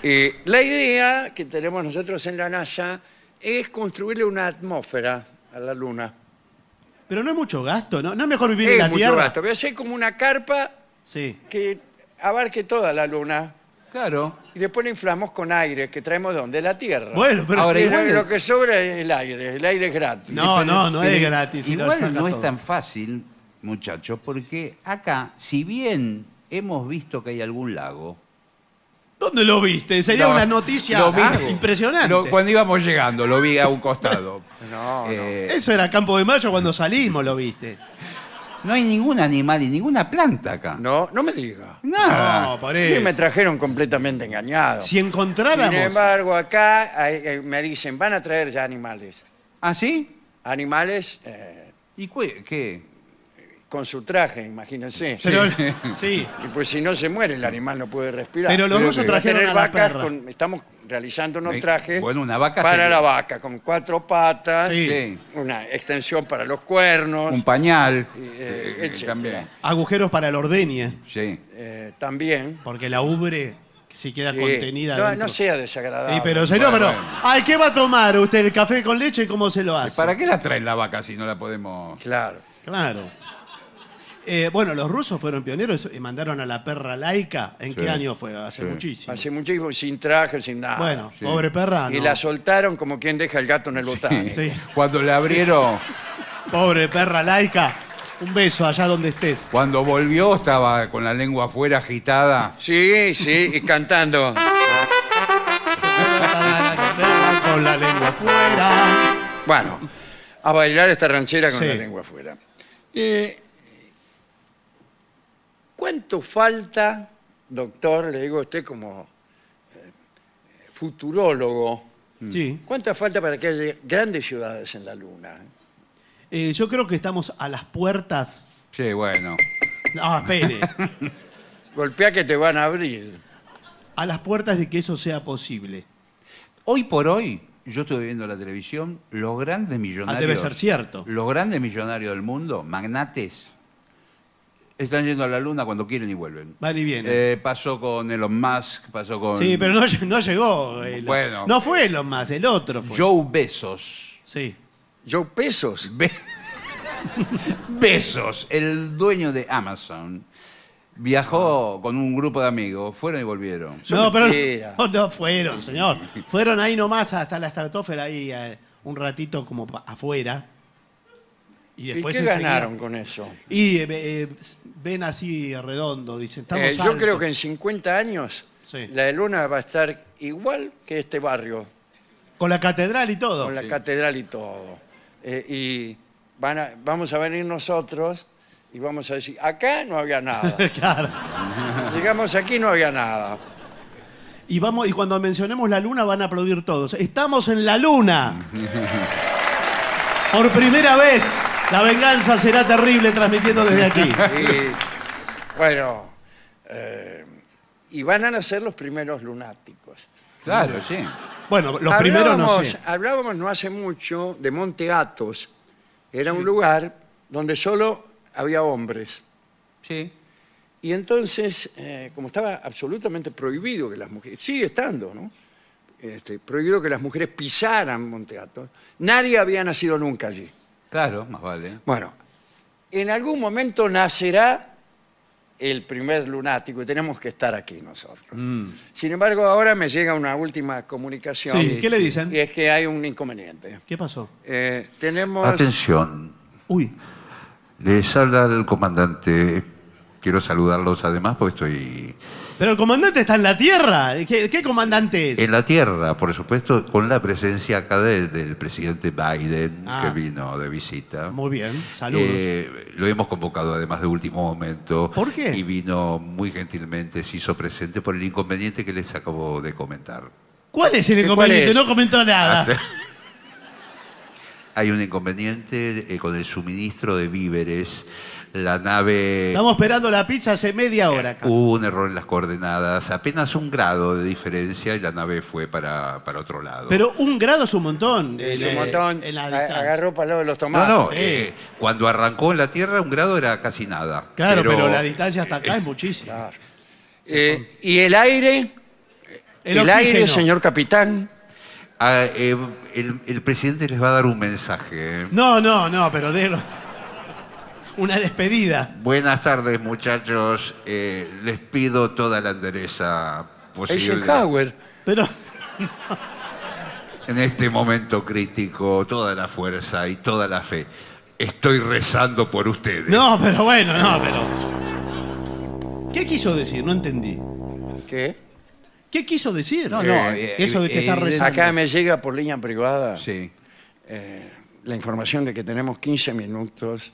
S2: Y Eh, la idea que tenemos nosotros en la NASA es construirle una atmósfera a la Luna.
S3: Pero no es mucho gasto, ¿no? ¿No es mejor vivir en
S2: es
S3: la
S2: mucho
S3: Tierra?
S2: gasto. Voy a hacer como una carpa
S3: Sí.
S2: que abarque toda la Luna
S4: Claro.
S2: y después la inflamos con aire que traemos donde la Tierra.
S3: Bueno, pero
S4: Ahora,
S2: Y
S4: igual-
S2: lo que sobra es el aire, el aire es gratis.
S3: No, no, no es
S4: Pero
S3: gratis. si lo
S4: Igual
S3: saca
S4: no es
S3: todo.
S4: tan fácil, muchachos, porque acá, si bien hemos visto que hay algún lago.
S3: ¿Dónde lo viste? Sería
S4: No,
S3: una noticia
S4: lo vi-
S3: ah, impresionante.
S4: lo- cuando íbamos llegando, lo vi a un costado.
S2: No, no.
S4: Eh,
S3: Eso era Campo de Mayo cuando salimos, lo viste.
S4: no hay ningún animal y ninguna planta acá.
S2: No, no me diga.
S4: Nada.
S3: No, por
S2: Ah, Sí,
S3: eso.
S2: me trajeron completamente engañado.
S3: Si encontráramos.
S2: Sin embargo, acá hay- eh, me dicen, van a traer ya animales.
S4: ¿Ah, sí?
S2: Animales eh,
S4: ¿Y cu- qué?
S2: con su traje, imagínense.
S3: pero,
S4: Sí.
S3: sí.
S2: Y pues si no se muere el animal no puede respirar.
S3: Pero los
S4: Pero
S3: rusos
S4: que-
S3: trajeron
S2: tener
S3: a la
S2: vacas
S3: perra.
S2: con- estamos realizando unos
S4: Me-
S2: trajes
S4: bueno, una vaca
S2: para
S4: sería-
S2: la vaca, con cuatro patas,
S3: Sí.
S4: Sí.
S2: una extensión para los cuernos,
S4: Un pañal.
S2: eh,
S4: eh,
S2: etcétera.
S4: también.
S3: Agujeros para la ordeña,
S4: Sí.
S2: eh, también.
S3: porque la ubre si queda
S2: Sí.
S3: contenida.
S2: No,
S3: dentro.
S2: no sea desagradable.
S3: Sí, pero señor,
S4: Bueno,
S3: pero,
S4: bueno.
S3: ay, ¿qué va a tomar usted? ¿El café con leche? ¿Cómo se lo hace?
S4: ¿Para qué la traen la vaca si no la podemos.?
S2: Claro.
S3: Claro. Eh, bueno, los rusos fueron pioneros y mandaron a la perra laica. ¿En
S4: Sí.
S3: qué año fue? Hace
S4: Sí.
S3: muchísimo. Ah,
S2: Hace mucho tiempo sin traje, sin nada.
S3: bueno,
S4: sí.
S3: pobre perra.
S2: y
S3: no.
S2: la soltaron como quien deja el gato en el botán.
S3: Sí.
S4: Cuando le abrieron,
S3: Pobre perra laica. Un beso allá donde estés.
S4: cuando volvió, estaba con la lengua afuera agitada.
S2: Sí, sí, y cantando.
S3: Con la lengua afuera.
S2: Bueno, a bailar esta ranchera con
S3: Sí.
S2: la lengua afuera. Eh, ¿Cuánto falta, doctor? Le digo a usted como eh, futurólogo.
S4: Mm.
S3: Sí.
S2: ¿Cuánta falta para que haya grandes ciudades en la Luna?
S3: Eh, yo creo que estamos a las puertas.
S4: Sí, bueno.
S3: No, espere.
S2: Golpea que te van a abrir.
S3: A las puertas de que eso sea posible.
S4: Hoy por hoy, yo estuve viendo la televisión, los grandes millonarios.
S3: Ah, debe ser cierto.
S4: Los grandes millonarios del mundo, magnates, están yendo a la luna cuando quieren y vuelven.
S3: Van y vienen.
S4: Eh, pasó con Elon Musk, pasó con
S3: Sí, pero no, lle- no llegó. eh, lo-
S4: Bueno.
S3: No fue Elon más, el otro fue.
S4: Joe Bezos.
S3: Sí.
S2: Joe Pesos.
S4: Be- Bezos, el dueño de Amazon,
S3: Ah.
S4: viajó con un grupo de amigos, fueron y volvieron.
S2: Eso
S3: No, pero
S2: mentira.
S3: no, no fueron, señor. Fueron ahí nomás hasta la estratosfera, ahí eh, un ratito como pa- afuera. Y
S2: ¿Y
S3: después
S2: qué
S3: enseguida-
S2: ganaron con eso?
S3: Y eh, eh, s- ven así redondo, dicen. Estamos
S2: Eh, yo
S3: altos.
S2: creo que en 50 años
S3: Sí.
S2: la Luna va a estar igual que este barrio,
S3: Con la catedral y todo.
S2: con la catedral y todo. Eh, y van a- vamos a venir nosotros y vamos a decir, acá no había nada.
S3: Claro.
S2: Llegamos aquí y no había nada.
S3: Y vamos, y cuando mencionemos la luna van a aplaudir todos. ¡Estamos en la luna! Por primera vez, la venganza será terrible transmitiendo desde aquí.
S2: Y, bueno, eh, y van a nacer los primeros lunáticos.
S4: Claro, sí.
S3: Bueno, los primeros no sé.
S2: Hablábamos no hace mucho de Monte Athos. Era un lugar donde solo había hombres.
S4: Sí.
S2: Y entonces, eh, como estaba absolutamente prohibido que las mujeres, sigue estando, ¿no? Este, prohibido que las mujeres pisaran Monte Athos, nadie había nacido nunca allí.
S4: Claro, más vale.
S2: Bueno, en algún momento nacerá el primer lunático y tenemos que estar aquí nosotros.
S3: Mm.
S2: Sin embargo, ahora me llega una última comunicación
S3: Sí, ¿qué le
S2: y
S3: dicen?
S2: es que hay un inconveniente.
S3: ¿Qué pasó?
S2: Eh, tenemos...
S5: Atención,
S3: Uy,
S5: les habla el comandante. Quiero saludarlos además porque estoy
S3: pero el comandante está en la tierra. ¿Qué, qué comandante es?
S5: en la tierra, por supuesto, con la presencia acá de- del presidente Biden
S3: Ah.
S5: que vino de visita.
S3: Muy bien, saludos.
S5: Eh, lo hemos convocado además de último momento.
S3: ¿Por qué?
S5: Y vino muy gentilmente, se hizo presente por el inconveniente que les acabo de comentar.
S3: ¿Cuál es el
S2: ¿cuál
S3: inconveniente?
S2: es?
S3: No comentó nada.
S5: Hay un inconveniente eh, con el suministro de víveres. La nave...
S3: Estamos esperando la pizza hace media hora
S4: Uh.
S3: acá.
S5: Hubo un error en las coordenadas, apenas un grado de diferencia y la nave fue para, para otro lado.
S3: Pero un grado es un montón.
S2: Es
S3: en,
S2: un
S3: eh,
S2: montón.
S3: En la
S2: A-
S3: distancia.
S2: Agarró para el lado de los
S5: no,
S2: tomates.
S5: no,
S3: sí.
S5: eh, cuando arrancó en la Tierra un grado era casi nada.
S3: Claro, pero, la distancia hasta acá es muchísima.
S2: Claro. Eh, ¿Y el aire? El, aire,
S3: oxígeno.
S2: señor capitán.
S5: Ah, eh, el, el presidente les va a dar un mensaje. eh,
S3: No, no, no, pero de... una despedida.
S5: Buenas tardes muchachos, Eh, les pido toda la endereza
S4: Pues
S5: posible
S2: Eisenhower.
S3: Pero
S5: en este momento crítico, toda la fuerza y toda la fe. Estoy rezando por ustedes.
S3: no, pero bueno, no, pero ¿Qué quiso decir? No entendí.
S2: ¿Qué?
S3: ¿Qué quiso decir?
S4: No, no, eh,
S3: eso de que
S4: eh,
S3: está
S4: eh,
S3: rezando.
S2: Acá me llega por línea privada
S4: Sí.
S2: la información de que tenemos 15 minutos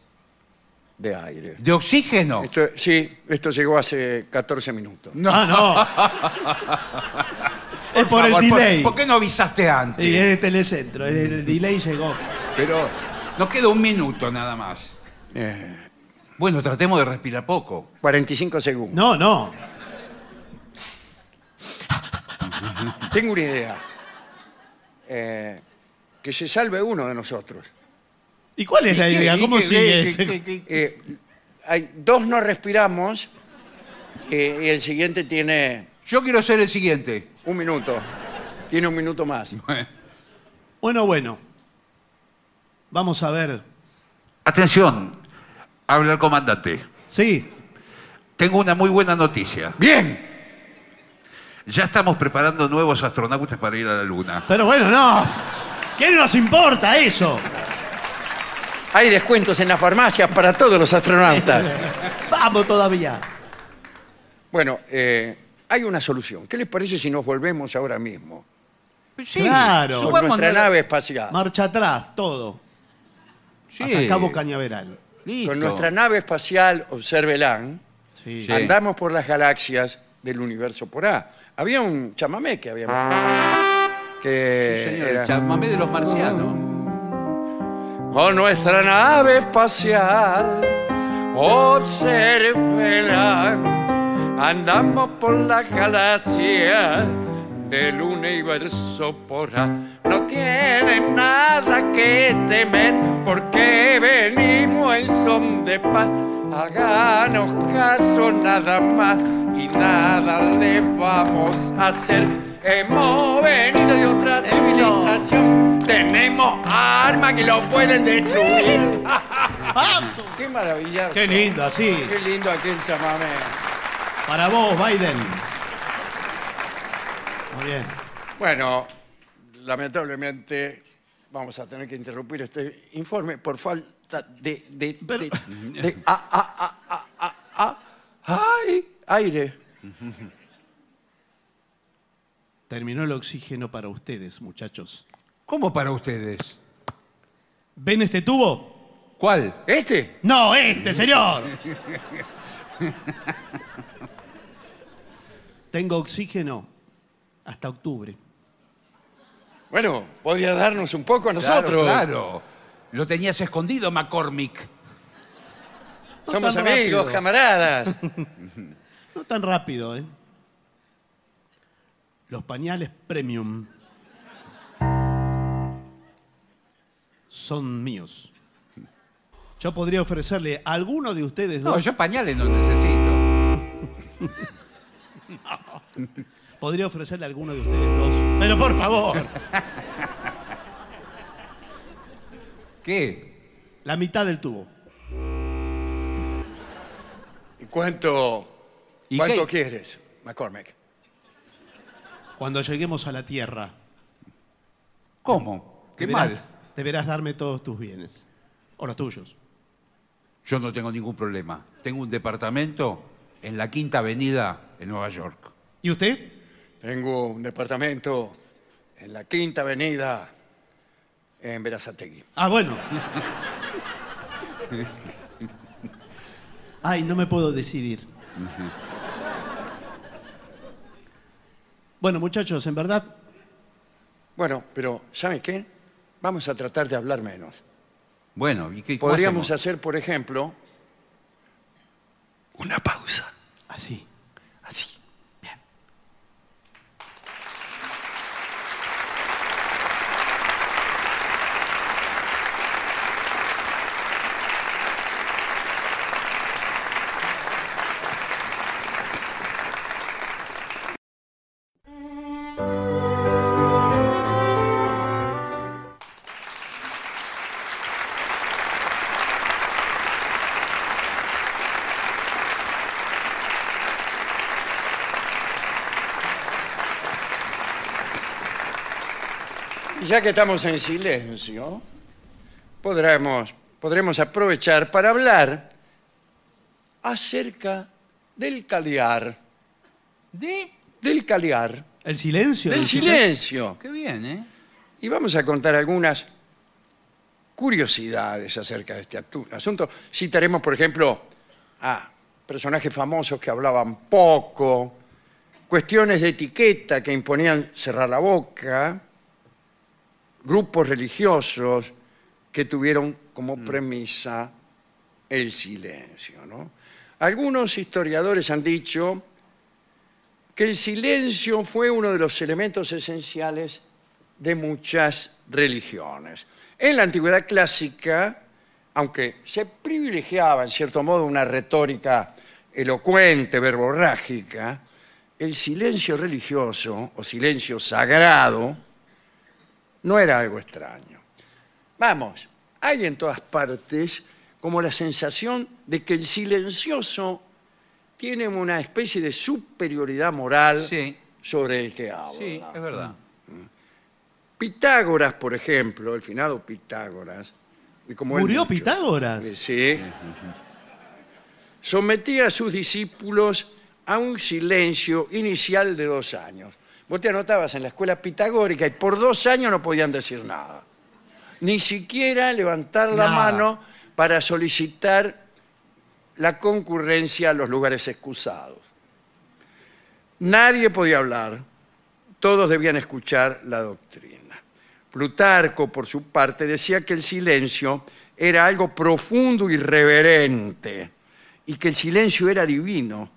S2: de aire.
S4: ¿De oxígeno?
S2: Esto- sí, esto llegó hace 14 minutos.
S4: No.
S3: Ah, no. es por,
S4: favor,
S3: el delay.
S4: ¿Por qué no avisaste antes?
S5: eh.
S3: Sí, es de Telecentro, el, el delay llegó.
S4: Pero nos queda un minuto nada más.
S2: Eh,
S4: Bueno, tratemos de respirar poco.
S2: 45 segundos.
S3: No, no.
S2: Tengo una idea. Eh, que se salve uno de nosotros.
S3: ¿Y cuál es la
S4: ¿Qué-
S3: idea?
S4: qué-
S3: ¿Cómo
S4: qué-
S3: sigue
S4: qué-
S3: ese?
S4: qué- qué- qué-
S2: Eh, hay, dos no respiramos eh, y el siguiente tiene
S4: Yo quiero ser el siguiente.
S2: un minuto. Tiene un minuto más.
S3: Bueno, bueno. Vamos a ver.
S5: Atención, habla el comandante.
S3: Sí.
S5: Tengo una muy buena noticia.
S2: ¡Bien!
S5: Ya estamos preparando nuevos astronautas para ir a la Luna.
S3: Pero bueno, no. ¿Qué nos importa eso?
S2: Hay descuentos en las farmacias para todos los astronautas.
S3: Vamos todavía.
S2: Bueno, eh, hay una solución. ¿Qué les parece si nos volvemos ahora mismo?
S4: Sí,
S3: Claro.
S2: Por
S4: subamos
S2: nuestra
S4: de la-
S2: nave espacial.
S3: Marcha atrás, todo.
S4: Sí.
S3: Hasta Cabo Cañaveral.
S4: Listo.
S2: Con nuestra nave espacial Observelán,
S3: Sí.
S4: Sí.
S2: andamos por las galaxias del universo por A. Había un chamamé que había. Que
S4: Señor,
S2: era,
S4: el chamamé de los marcianos.
S2: Con nuestra nave espacial, observarán, andamos por la galaxia del universo por A. No tienen nada que temer porque venimos en son de paz. Háganos caso nada más y nada le vamos a hacer. Hemos venido de otra civilización, tenemos armas que lo pueden destruir. ¡Qué maravilloso!
S3: Qué lindo, así.
S2: ¡Qué lindo aquí en Chamamé!
S3: Para vos, Biden. Muy bien.
S2: Bueno, lamentablemente vamos a tener que interrumpir este informe por falta de... de, de- de- ah, ah, ah, ah, ah, ah. ¡Ay! Aire.
S3: Terminó el oxígeno para ustedes, muchachos.
S4: ¿Cómo para ustedes?
S3: ¿Ven este tubo?
S4: ¿Cuál?
S2: ¿Este?
S3: No, este, señor. Tengo oxígeno hasta octubre.
S2: Bueno, podría darnos un poco a nosotros.
S4: Claro, claro. Lo tenías escondido, McCormick.
S2: Somos
S3: No tan
S2: amigos,
S3: rápido.
S2: camaradas.
S3: No tan rápido, ¿eh? Los pañales premium son míos. Yo podría ofrecerle a alguno de ustedes
S4: No,
S3: dos,
S4: yo pañales no necesito.
S3: podría ofrecerle a alguno de ustedes dos. Pero por favor,
S4: ¿Qué?
S3: la mitad del tubo.
S2: ¿Y ¿Cuánto,
S4: ¿Y
S2: cuánto
S4: qué?
S2: quieres, McCormick?
S3: Cuando lleguemos a la tierra,
S4: ¿Cómo? ¿Qué
S3: deberás,
S4: mal?
S3: deberás darme todos tus bienes. O los tuyos.
S4: Yo no tengo ningún problema. Tengo un departamento en la Quinta Avenida en Nueva York.
S3: ¿Y usted?
S2: Tengo un departamento en la Quinta Avenida, en Verazategui.
S3: Ah, bueno. Ay, no me puedo decidir. Bueno, muchachos, en verdad,
S2: Bueno, pero ¿saben qué? Vamos a tratar de hablar menos.
S4: Bueno, ¿y qué cómo
S2: Podríamos
S4: hacemos?
S2: hacer, por ejemplo, una pausa.
S3: así.
S2: Así. Y ya que estamos en silencio, podremos, podremos aprovechar para hablar acerca del caliar.
S4: ¿De?
S2: Del caliar.
S3: El silencio.
S2: Del silencio.
S4: Qué bien, ¿eh?
S2: Y vamos a contar algunas curiosidades acerca de este atu- asunto. Citaremos, por ejemplo, a personajes famosos que hablaban poco, cuestiones de etiqueta que imponían cerrar la boca, grupos religiosos que tuvieron como premisa el silencio. ¿no? Algunos historiadores han dicho que el silencio fue uno de los elementos esenciales de muchas religiones. En la antigüedad clásica, aunque se privilegiaba en cierto modo una retórica elocuente, verborrágica, el silencio religioso o silencio sagrado no era algo extraño. Vamos, hay en todas partes como la sensación de que el silencioso tiene una especie de superioridad moral
S4: Sí.
S2: sobre el que habla.
S4: Sí, es verdad.
S2: Pitágoras, por ejemplo, el finado Pitágoras. y como él
S3: ¿Murió
S2: mucho,
S3: Pitágoras?
S2: eh, Sí. Sometía a sus discípulos a un silencio inicial de dos años. Vos te anotabas en la escuela pitagórica y por dos años no podían decir nada. Ni siquiera levantar la
S3: Nada.
S2: mano para solicitar la concurrencia a los lugares excusados. Nadie podía hablar, todos debían escuchar la doctrina. Plutarco, por su parte, decía que el silencio era algo profundo y reverente y que el silencio era divino,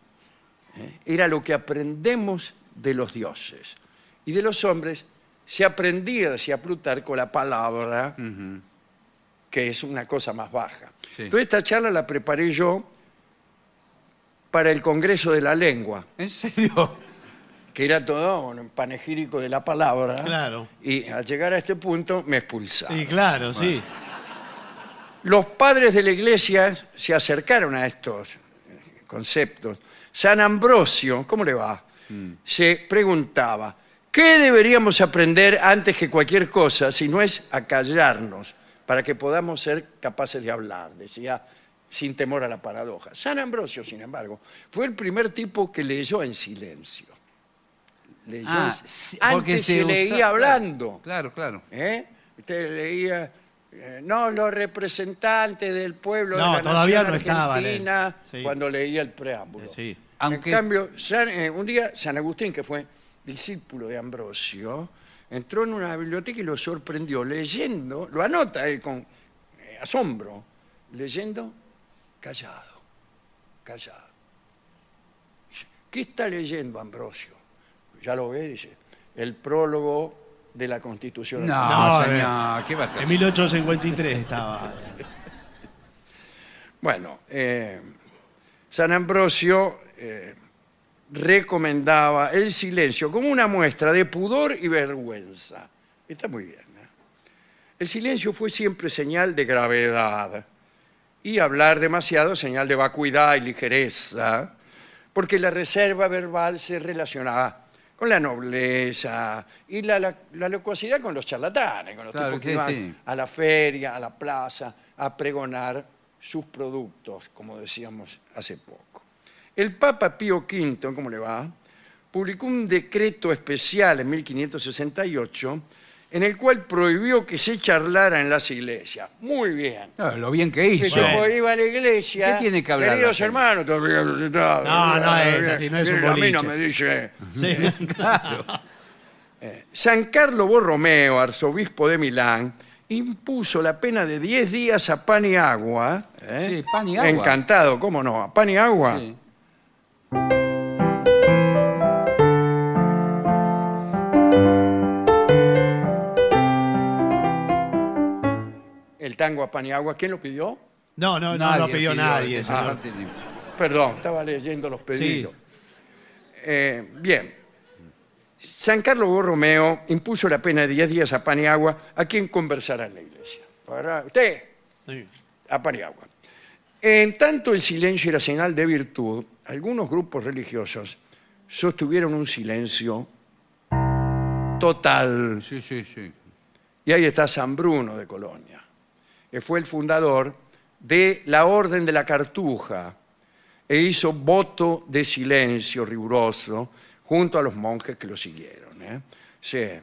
S2: ¿eh? era lo que aprendemos de los dioses. Y de los hombres se aprendía, decía Plutarco, la palabra, que es una cosa más baja.
S4: Sí.
S2: Entonces esta charla la preparé yo para el Congreso de la Lengua
S4: ¿En serio?
S2: que era todo un panegírico de la palabra.
S3: Claro.
S2: Y al llegar a este punto me expulsaron.
S3: Sí, claro, sí.
S2: Los padres de la iglesia se acercaron a estos eh, conceptos. San Ambrosio, ¿cómo le va? Se preguntaba, ¿qué deberíamos aprender antes que cualquier cosa si no es acallarnos para que podamos ser capaces de hablar? Decía sin temor a la paradoja. San Ambrosio, sin embargo, fue el primer tipo que leyó en silencio. Leyó
S4: Ah,
S2: en-
S4: sí, porque
S2: antes se,
S4: usa-
S2: leía hablando.
S4: Claro, claro.
S2: ¿Eh? Usted leía, eh, no los representantes del pueblo
S3: No,
S2: de la
S3: todavía
S2: nación
S3: no estaba,
S2: argentina,
S3: Len. Sí.
S2: cuando leía el preámbulo.
S3: Sí.
S4: Aunque-
S2: En cambio, San- eh, un día San Agustín, que fue discípulo de Ambrosio, entró en una biblioteca y lo sorprendió leyendo, lo anota él con eh, asombro, leyendo callado, callado. Dice, ¿Qué está leyendo Ambrosio? Ya lo ve, dice, el prólogo de la Constitución.
S4: No,
S2: Argentina".
S3: No,
S4: señor, ¿qué va a estar?
S3: En 1853 estaba.
S2: Bueno, eh, San Ambrosio eh, recomendaba el silencio como una muestra de pudor y vergüenza. Está muy bien. ¿eh? El silencio fue siempre señal de gravedad y hablar demasiado señal de vacuidad y ligereza, porque la reserva verbal se relacionaba con la nobleza y la, la- la locuacidad con los charlatanes, con los
S4: Claro,
S2: tipos que
S4: sí,
S2: iban
S4: sí.
S2: a la feria, a la plaza, a pregonar sus productos, como decíamos hace poco. El Papa Pío V, ¿cómo le va? Publicó un decreto especial en 1568 en el cual prohibió que se charlara en las iglesias. Muy bien.
S4: No, lo bien que
S2: Que
S4: hizo.
S2: yo iba a la iglesia.
S4: ¿Qué tiene que hablar
S2: Queridos
S4: la gente?
S2: hermanos, no,
S3: No, no es así, no es un
S2: A mí no
S3: boliche.
S2: me dice.
S3: Sí.
S2: San Carlo Borromeo, arzobispo de Milán, impuso la pena de 10 días a pan y agua. ¿eh?
S4: Sí, pan y agua.
S2: Encantado, ¿cómo no? A pan y agua.
S4: Sí.
S2: El tango a pan y agua, ¿quién lo pidió?
S3: No, no, no
S4: Nadie Ah.
S3: lo pidió nadie,
S4: esa
S3: señor.
S4: parte de-
S2: Perdón, estaba leyendo los pedidos.
S3: Sí.
S2: Eh, bien. San Carlos Borromeo impuso la pena de 10 días a pan y agua a quien conversara en la iglesia. Para usted,
S3: Sí.
S2: a Paniagua. En tanto el silencio era señal de virtud, algunos grupos religiosos sostuvieron un silencio total.
S4: Sí, sí, sí.
S2: Y ahí está San Bruno de Colonia, que fue el fundador de la Orden de la Cartuja e hizo voto de silencio riguroso junto a los monjes que lo siguieron. ¿eh? Se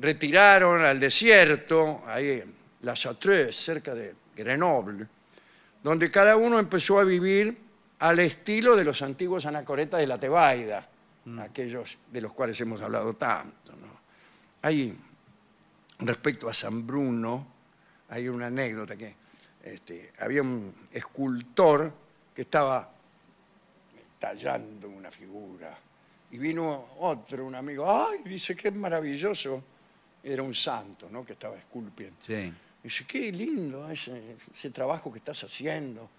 S2: retiraron al desierto, ahí en La Chartreuse, cerca de Grenoble, donde cada uno empezó a vivir al estilo de los antiguos anacoretas de la Tebaida, aquellos de los cuales hemos hablado tanto. ¿no? Hay respecto a San Bruno, hay una anécdota que este, había un escultor que estaba tallando una figura Y vino otro, un amigo, ¡ay! Dice, qué maravilloso. Era un santo, ¿no? Que estaba esculpiendo.
S4: Sí.
S2: Dice, qué lindo ese, ese trabajo que estás haciendo.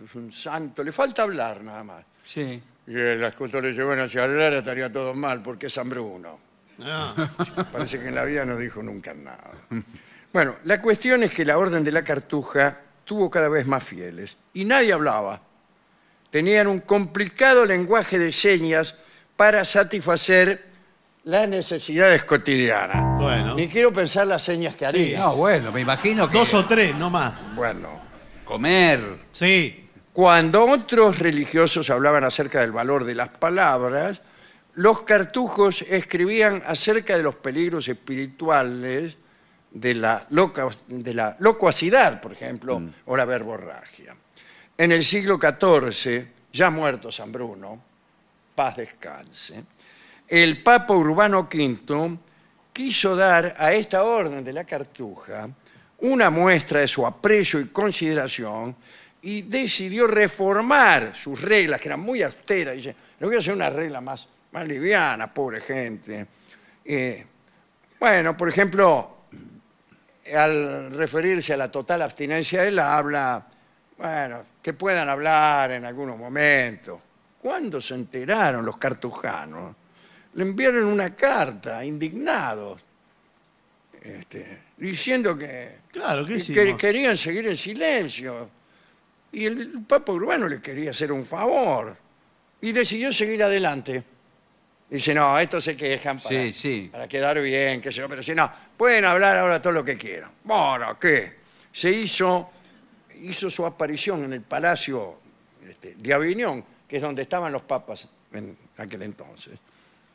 S2: Es un santo. Le falta hablar nada más.
S4: Sí.
S2: Y el escultor le dice, bueno, si hablara estaría todo mal porque es San Bruno.
S3: Ah,
S2: Parece que en la vida no dijo nunca nada. Bueno, la cuestión es que la Orden de la Cartuja tuvo cada vez más fieles y nadie hablaba. Tenían un complicado lenguaje de señas para satisfacer las necesidades cotidianas.
S3: bueno.
S2: Ni quiero pensar las señas que harían.
S4: No, bueno, me imagino que
S3: Dos o tres, no más.
S2: Bueno,
S4: comer.
S3: Sí.
S2: cuando otros religiosos hablaban acerca del valor de las palabras, los cartujos escribían acerca de los peligros espirituales de la, loca- de la locuacidad, por ejemplo, o la verborragia. En el siglo XIV, ya muerto San Bruno, paz descanse, el Papa Urbano V quiso dar a esta orden de la cartuja una muestra de su aprecio y consideración y decidió reformar sus reglas, que eran muy austeras. Dice, le voy a hacer una regla más, más liviana, pobre gente. Eh, bueno, por ejemplo, al referirse a la total abstinencia del habla, bueno, que puedan hablar en algunos momentos. ¿Cuándo se enteraron los cartujanos? Le enviaron una carta, indignados, este, diciendo que,
S3: Claro, ¿qué
S2: que
S3: hicimos?
S2: querían seguir en silencio. Y el Papa Urbano le quería hacer un favor y decidió seguir adelante. Dice, no, estos se quejan para,
S4: Sí, sí.
S2: para quedar bien, qué sé yo, pero si no, pueden hablar ahora todo lo que quieran. Bueno, ¿qué? Se hizo, hizo su aparición en el Palacio este, de Aviñón, que es donde estaban los papas en aquel entonces.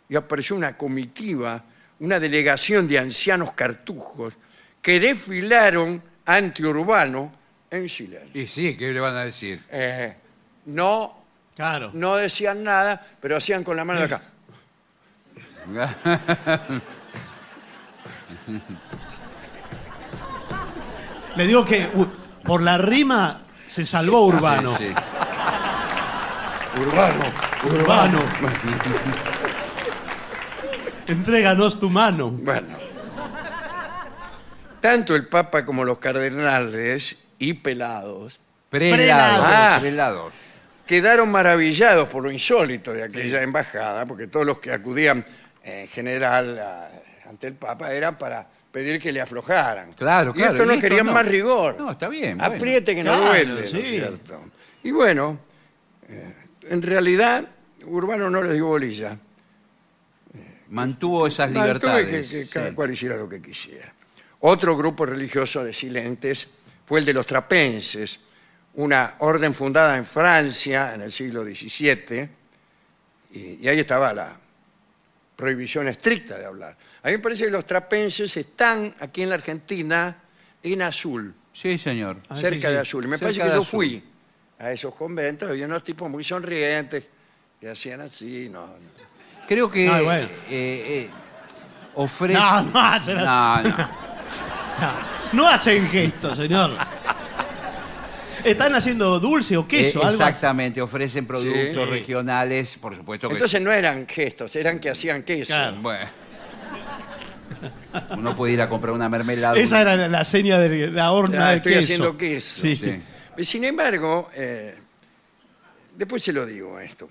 S2: Y apareció una comitiva, una delegación de ancianos cartujos que desfilaron antiurbano en silencio.
S4: Y sí, ¿qué le van a decir?
S2: Eh, no,
S3: Claro.
S2: no decían nada, pero hacían con la mano de acá.
S3: Le digo que u- por la rima se salvó Urbano.
S4: Sí, sí.
S2: Urbano,
S3: Urbano. Entréganos tu mano.
S2: Bueno. Tanto el Papa como los cardenales y pelados
S4: Prelados.
S2: Ah.
S4: Prelados.
S2: quedaron maravillados por lo insólito de aquella embajada, porque todos los que acudían eh, en general a- ante el Papa eran para pedir que le aflojaran.
S4: Claro,
S2: y
S4: claro,
S2: Esto
S4: y
S2: no
S4: esto
S2: querían
S4: no.
S2: más rigor.
S4: No, está bien, bueno.
S2: Apriete que no
S3: Claro,
S2: duele. ¿no es
S3: sí.
S2: cierto? Y bueno, eh, en realidad Urbano no les dio bolilla.
S4: Mantuvo esas
S2: Mantuve
S4: libertades.
S2: Que, que cada
S4: Sí.
S2: cual hiciera lo que quisiera. Otro grupo religioso de silentes fue el de los trapenses, una orden fundada en Francia en el siglo XVII, y, y ahí estaba la prohibición estricta de hablar. A mí me parece que los trapenses están aquí en la Argentina en azul,
S4: Sí, señor.
S3: Ah, sí,
S2: cerca
S3: sí.
S2: de azul. Y me
S4: Cerca
S2: parece que
S4: de
S2: yo
S4: Azul.
S2: fui a esos conventos, había unos tipos muy sonrientes que hacían así, no, no.
S4: Creo que
S3: Ah, bueno.
S4: eh, eh, ofrece.
S3: No, no, hace-
S4: No, no.
S3: No hacen gestos, señor. ¿Están haciendo dulce o
S4: Eh,
S3: queso? algo así.
S4: exactamente, ofrecen productos
S2: Sí.
S4: regionales, por supuesto que
S2: Entonces no eran gestos, eran que hacían queso.
S3: Claro.
S4: Bueno. Uno puede ir a comprar una mermelada.
S3: Esa era la, la seña de la horna
S2: Ah,
S3: de
S2: estoy
S3: queso.
S2: haciendo queso.
S3: Sí.
S4: Sí.
S2: Sin embargo, eh, después se lo digo esto,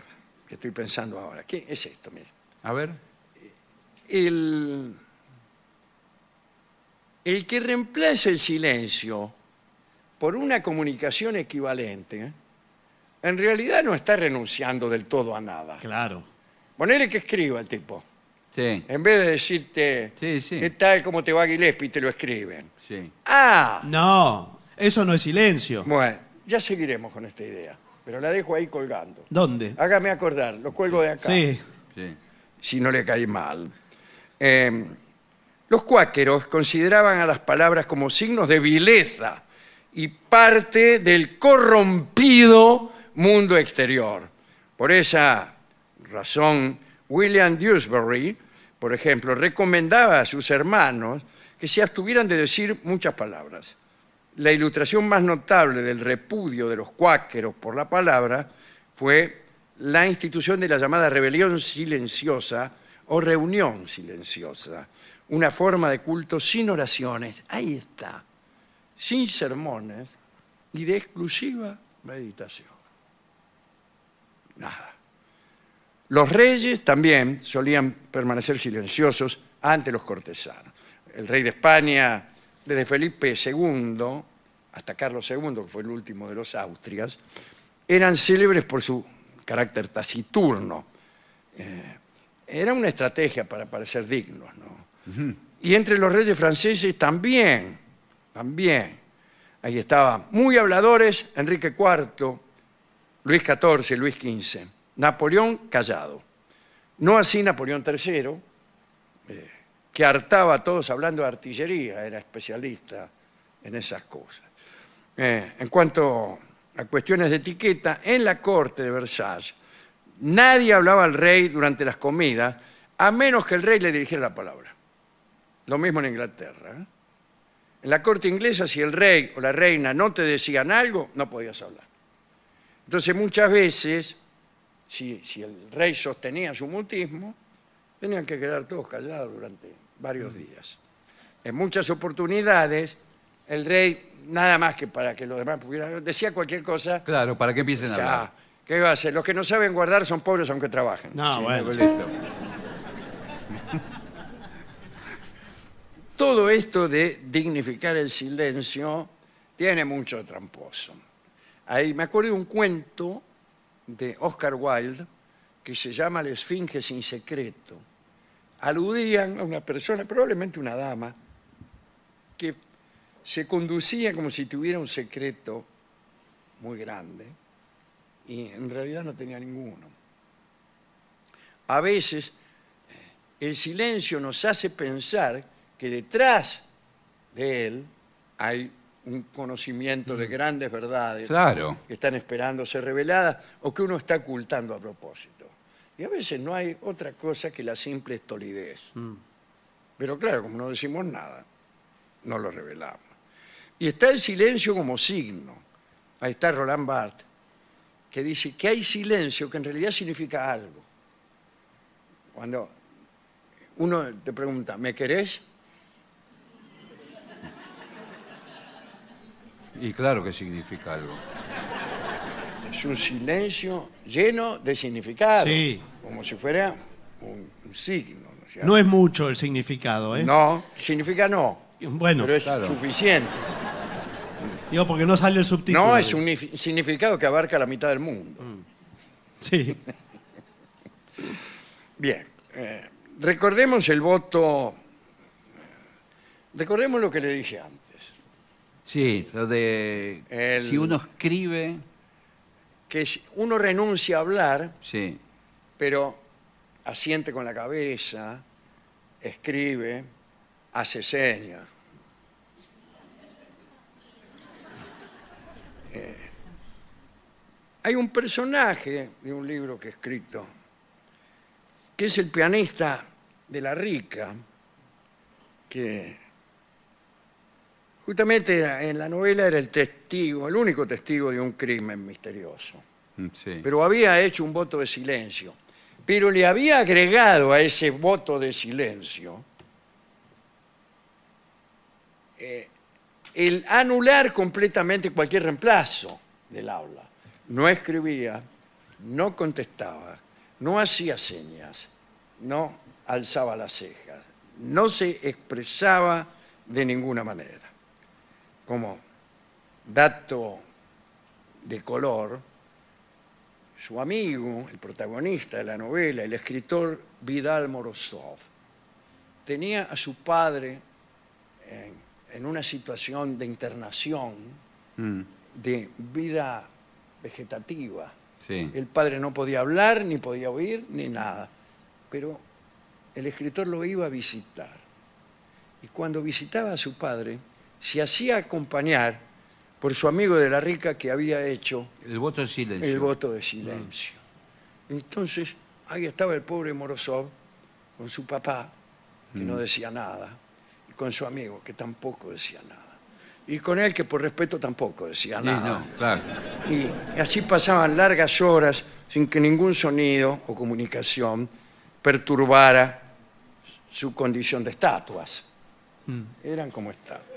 S2: que estoy pensando ahora. ¿Qué es esto? Mira.
S4: A ver.
S2: El, el que reemplaza el silencio por una comunicación equivalente, en realidad no está renunciando del todo a nada.
S3: Claro.
S2: Ponele que escriba el tipo.
S4: Sí.
S2: En vez de decirte,
S4: Sí, sí.
S2: ¿qué tal? ¿Cómo te va Gillespie? Te lo escriben.
S4: Sí.
S2: Ah,
S3: No, eso no es silencio.
S2: Bueno, ya seguiremos con esta idea, pero la dejo ahí colgando.
S3: ¿Dónde?
S2: Hágame acordar, lo cuelgo de acá,
S3: Sí.
S4: Sí.
S2: si no le cae mal. Eh, los cuáqueros consideraban a las palabras como signos de vileza y parte del corrompido mundo exterior. Por esa razón, William Dewsbury, por ejemplo, recomendaba a sus hermanos que se abstuvieran de decir muchas palabras. La ilustración más notable del repudio de los cuáqueros por la palabra fue la institución de la llamada rebelión silenciosa o reunión silenciosa, una forma de culto sin oraciones, ahí está, sin sermones y de exclusiva meditación. Nada. Los reyes también solían permanecer silenciosos ante los cortesanos. El rey de España, desde Felipe II hasta Carlos II, que fue el último de los Austrias, eran célebres por su carácter taciturno. Eh, era una estrategia para parecer dignos. ¿no? Y entre los reyes franceses también, también. Ahí estaban muy habladores Enrique IV, Luis XIV, Luis XV. Napoleón callado. No así Napoleón III, eh, que hartaba a todos hablando de artillería, era especialista en esas cosas. Eh, en cuanto a cuestiones de etiqueta, en la corte de Versalles nadie hablaba al rey durante las comidas, a menos que el rey le dirigiera la palabra. Lo mismo en Inglaterra. ¿eh? En la corte inglesa, si el rey o la reina no te decían algo, no podías hablar. Entonces muchas veces si, si el rey sostenía su mutismo, tenían que quedar todos callados durante varios días. En muchas oportunidades, el rey, nada más que para que los demás pudieran, decía cualquier cosa,
S4: Claro, para que empiecen
S2: o
S4: a
S2: sea,
S4: hablar.
S2: ¿qué iba a hacer? Los que no saben guardar son pobres aunque trabajen.
S3: No,
S2: Sí,
S3: bueno.
S4: Listo.
S2: Todo esto de dignificar el silencio tiene mucho de tramposo. Ahí me acuerdo de un cuento de Oscar Wilde que se llama La Esfinge sin secreto. Aludían a una persona, probablemente una dama, que se conducía como si tuviera un secreto muy grande y en realidad no tenía ninguno. A veces eh, el silencio nos hace pensar que detrás de él hay un conocimiento de grandes verdades
S4: Claro.
S2: que están esperando ser reveladas o que uno está ocultando a propósito. Y a veces no hay otra cosa que la simple estolidez. Pero claro, como no decimos nada, no lo revelamos. Y está el silencio como signo. Ahí está Roland Barthes, que dice que hay silencio que en realidad significa algo. Cuando uno te pregunta, ¿me querés?
S4: Y claro que significa algo.
S2: Es un silencio lleno de significado.
S3: Sí.
S2: Como si fuera un, un signo. ¿no es cierto?
S3: No es mucho el significado, ¿eh?
S2: No, significa no,
S3: Bueno,
S2: pero es
S4: claro.
S2: suficiente.
S3: digo porque no sale el subtítulo.
S2: No, es un if- significado que abarca la mitad del mundo.
S3: Sí,
S2: Bien, eh, recordemos el voto, eh, recordemos lo que le dije antes,
S4: Sí, lo de.
S2: El-
S4: Si uno escribe.
S2: que es- uno renuncia a hablar,
S4: Sí.
S2: pero asiente con la cabeza, escribe, hace señas. Eh, hay un personaje de un libro que he escrito, que es el pianista de la rica, que justamente era- en la novela era el testigo, el único testigo de un crimen misterioso
S4: Sí.
S2: pero había hecho un voto de silencio. Pero le había agregado a ese voto de silencio eh, el anular completamente cualquier reemplazo del habla. No escribía, no contestaba, no hacía señas, no alzaba las cejas, no se expresaba de ninguna manera. Como dato de color, su amigo, el protagonista de la novela, el escritor Vidal Morozov, tenía a su padre en, en una situación de internación,
S4: Mm,
S2: de vida vegetativa.
S4: sí.
S2: El padre no podía hablar, ni podía oír, ni nada. Pero el escritor lo iba a visitar. Y cuando visitaba a su padre, se hacía acompañar por su amigo de la rica que había hecho
S4: El voto de silencio.
S2: el voto de silencio. Entonces, ahí estaba el pobre Morozov con su papá, que no decía nada, y con su amigo, que tampoco decía nada, y con él, que por respeto tampoco decía
S4: Sí,
S2: nada.
S4: no, claro.
S2: Y así pasaban largas horas sin que ningún sonido o comunicación perturbara su condición de estatuas. Eran como estatuas.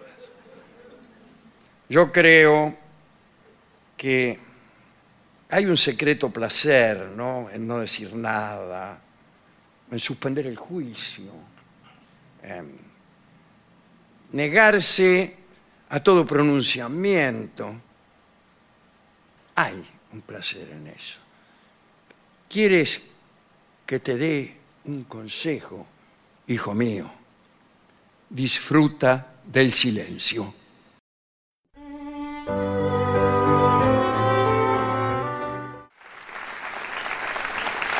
S2: Yo creo que hay un secreto placer, ¿no? En no decir nada, en suspender el juicio, en negarse a todo pronunciamiento. Hay un placer en eso. ¿Quieres que te dé un consejo, hijo mío? Disfruta del silencio.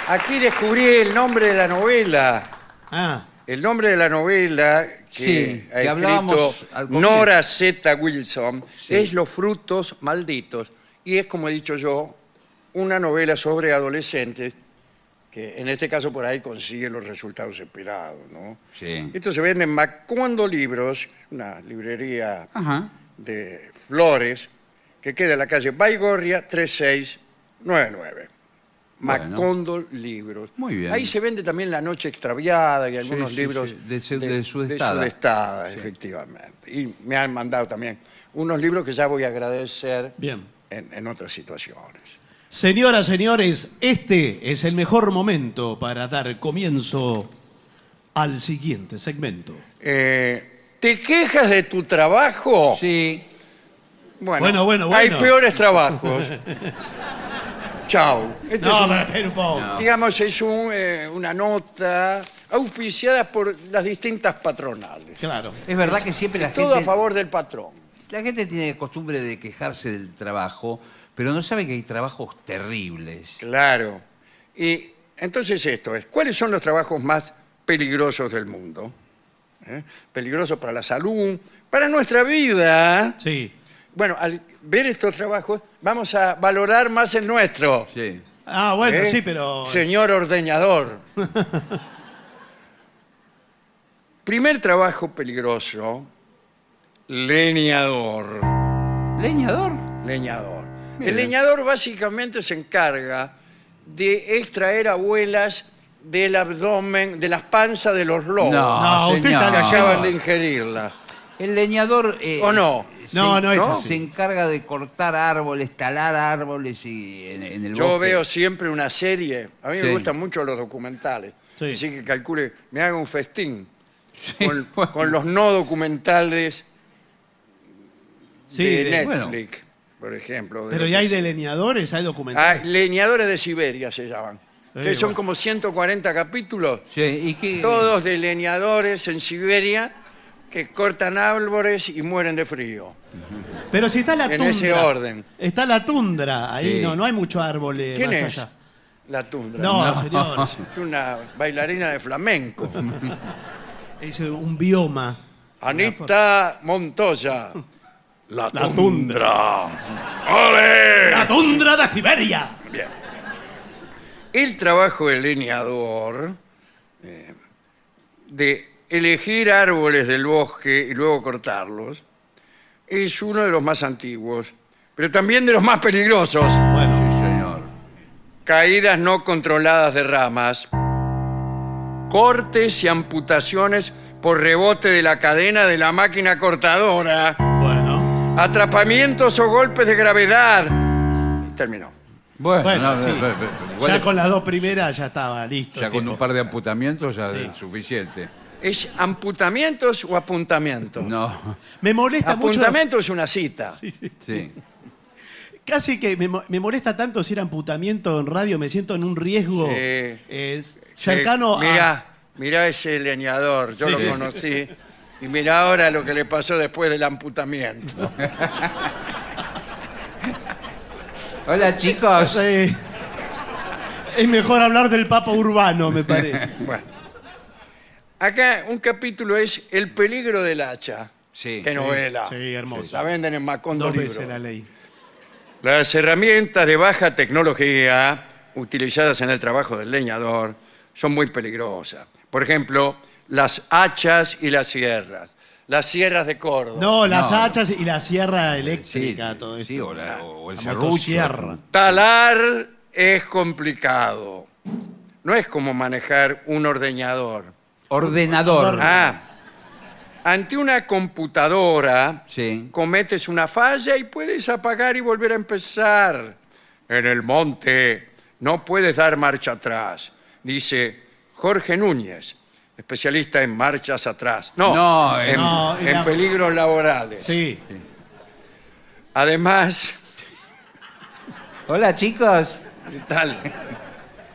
S2: Aquí descubrí el nombre de la novela.
S3: Ah,
S2: El nombre de la novela que
S4: Sí,
S2: ha
S4: que
S2: escrito
S4: hablábamos al comienzo.
S2: Nora Z. Wilson es Los frutos malditos. Y es, como he dicho yo, una novela sobre adolescentes que en este caso por ahí consigue los resultados esperados. ¿no?
S4: Sí.
S2: Esto se vende en Macondo Libros, una librería
S4: Ajá.
S2: de Flores, que queda en la calle Baigorria 3699.
S4: Bueno.
S2: Macondo Libros.
S4: Muy bien.
S2: Ahí se vende también La Noche Extraviada y algunos
S4: sí,
S2: libros
S4: sí, de su- de Sudestada.
S2: Sudestada, efectivamente. Y me han mandado también unos libros que ya voy a agradecer
S3: bien.
S2: en, en otras situaciones.
S3: Señoras, señores, este es el mejor momento para dar comienzo al siguiente segmento.
S2: Eh, ¿Te quejas de tu trabajo?
S4: Sí.
S3: Bueno, bueno,
S2: Hay
S3: bueno.
S2: peores trabajos. Chao. Este es
S3: No,
S2: un-
S3: pero espera un poco.
S2: digamos, es un, eh, una nota auspiciada por las distintas patronales.
S3: Claro.
S4: Es verdad que siempre la
S2: Todo a
S4: gente,
S2: favor del patrón.
S4: la gente tiene la costumbre de quejarse del trabajo, pero no sabe que hay trabajos terribles.
S2: Claro. Y entonces esto es, ¿cuáles son los trabajos más peligrosos del mundo? ¿Eh? Peligrosos para la salud, para nuestra vida.
S3: Sí.
S2: Bueno, al ver estos trabajos, vamos a valorar más el nuestro.
S4: Sí.
S3: Ah, bueno,
S2: ¿eh?
S3: sí, pero.
S2: Señor ordeñador. Primer trabajo peligroso, leñador.
S4: ¿Leñador?
S2: leñador.
S4: Mira.
S2: El leñador básicamente se encarga de extraer abuelas del abdomen, de las panzas de los lobos
S3: No, usted
S4: señor.
S3: está
S2: que acaban de
S3: no.
S2: ingerirla.
S4: El leñador. eh,
S2: ¿O no?
S4: se-
S3: No, no es así.
S4: Se encarga de cortar árboles, talar árboles y en, en el
S2: Yo
S4: bosque.
S2: veo siempre una serie, a mí me
S4: Sí.
S2: gustan mucho los documentales,
S3: Sí.
S2: así que calcule, me haga un festín con,
S4: bueno.
S2: con los no documentales
S3: Sí,
S2: de
S3: de-
S4: bueno.
S2: Netflix, por ejemplo. de
S3: Pero
S2: lo
S3: ya
S2: que
S3: hay
S2: sea.
S3: delineadores, hay
S2: Ah,
S3: documentales.
S2: leñadores de Siberia se llaman, que son
S3: bueno.
S2: como 140 capítulos
S4: Sí, ¿y qué?
S2: Todos de leñadores en Siberia que cortan árboles y mueren de frío.
S3: Pero si está la
S2: en
S3: tundra.
S2: ese orden.
S3: Está la tundra, ahí
S4: Sí.
S3: no, no hay mucho árbol eh,
S2: ¿Quién
S3: más
S2: es?
S3: allá.
S2: La tundra.
S3: No, señor.
S2: Es Una bailarina de flamenco.
S3: Es un bioma.
S2: Anita Montoya. La
S3: tundra.
S2: tundra. ¡Ole!
S3: ¡La tundra de Siberia!
S2: El trabajo del leñador eh, de elegir árboles del bosque y luego cortarlos es uno de los más antiguos, pero también de los más peligrosos.
S4: Sí,
S3: Bueno,
S4: señor.
S2: caídas no controladas de ramas, cortes y amputaciones por rebote de la cadena de la máquina cortadora,
S3: bueno.
S2: atrapamientos o golpes de gravedad. Y terminó.
S4: Bueno,
S3: Bueno,
S4: no,
S3: sí.
S4: no, pero- pero igual
S3: ya
S4: es-
S3: con las dos primeras ya estaba listo.
S4: ya
S3: el
S4: con
S3: tipo.
S4: un par de amputamientos ya
S3: Sí.
S4: es suficiente.
S2: ¿Es amputamientos o apuntamientos?
S4: No,
S3: Me molesta mucho.
S2: Apuntamiento es una cita.
S4: sí.
S3: Casi que me, mo- me molesta tanto si era amputamiento en radio, me siento en un riesgo
S2: Sí.
S3: eh, cercano
S2: Eh, mirá,
S3: a.
S2: mirá ese leñador, yo
S3: Sí.
S2: lo conocí. Y mirá ahora lo que le pasó después del amputamiento.
S4: Hola chicos.
S3: Sí. Es mejor hablar del Papa Urbano, me parece.
S2: Bueno. Acá un capítulo es El peligro del hacha.
S4: Sí.
S2: Qué novela.
S3: Sí, hermosa.
S2: La venden en Macondo
S3: Dos veces
S2: Libro.
S3: la ley.
S2: Las herramientas de baja tecnología utilizadas en el trabajo del leñador son muy peligrosas. Por ejemplo, las hachas y las sierras. Las sierras de Córdoba.
S3: No, las
S4: No.
S3: hachas y la sierra
S4: Sí,
S3: eléctrica, todo eso.
S4: sí, o, la- o el
S3: La
S4: serrucho.
S3: motosierra.
S2: Talar es complicado. No es como manejar un ordeñador.
S4: Ordenador.
S2: Ah, ante una computadora
S4: Sí.
S2: cometes una falla y puedes apagar y volver a empezar. En el monte no puedes dar marcha atrás, dice Jorge Núñez, especialista en marchas atrás. No,
S4: No, eh,
S2: en,
S3: no,
S2: en
S3: era-
S2: peligros laborales.
S3: Sí.
S2: Además,
S4: Hola, chicos.
S2: ¿qué tal?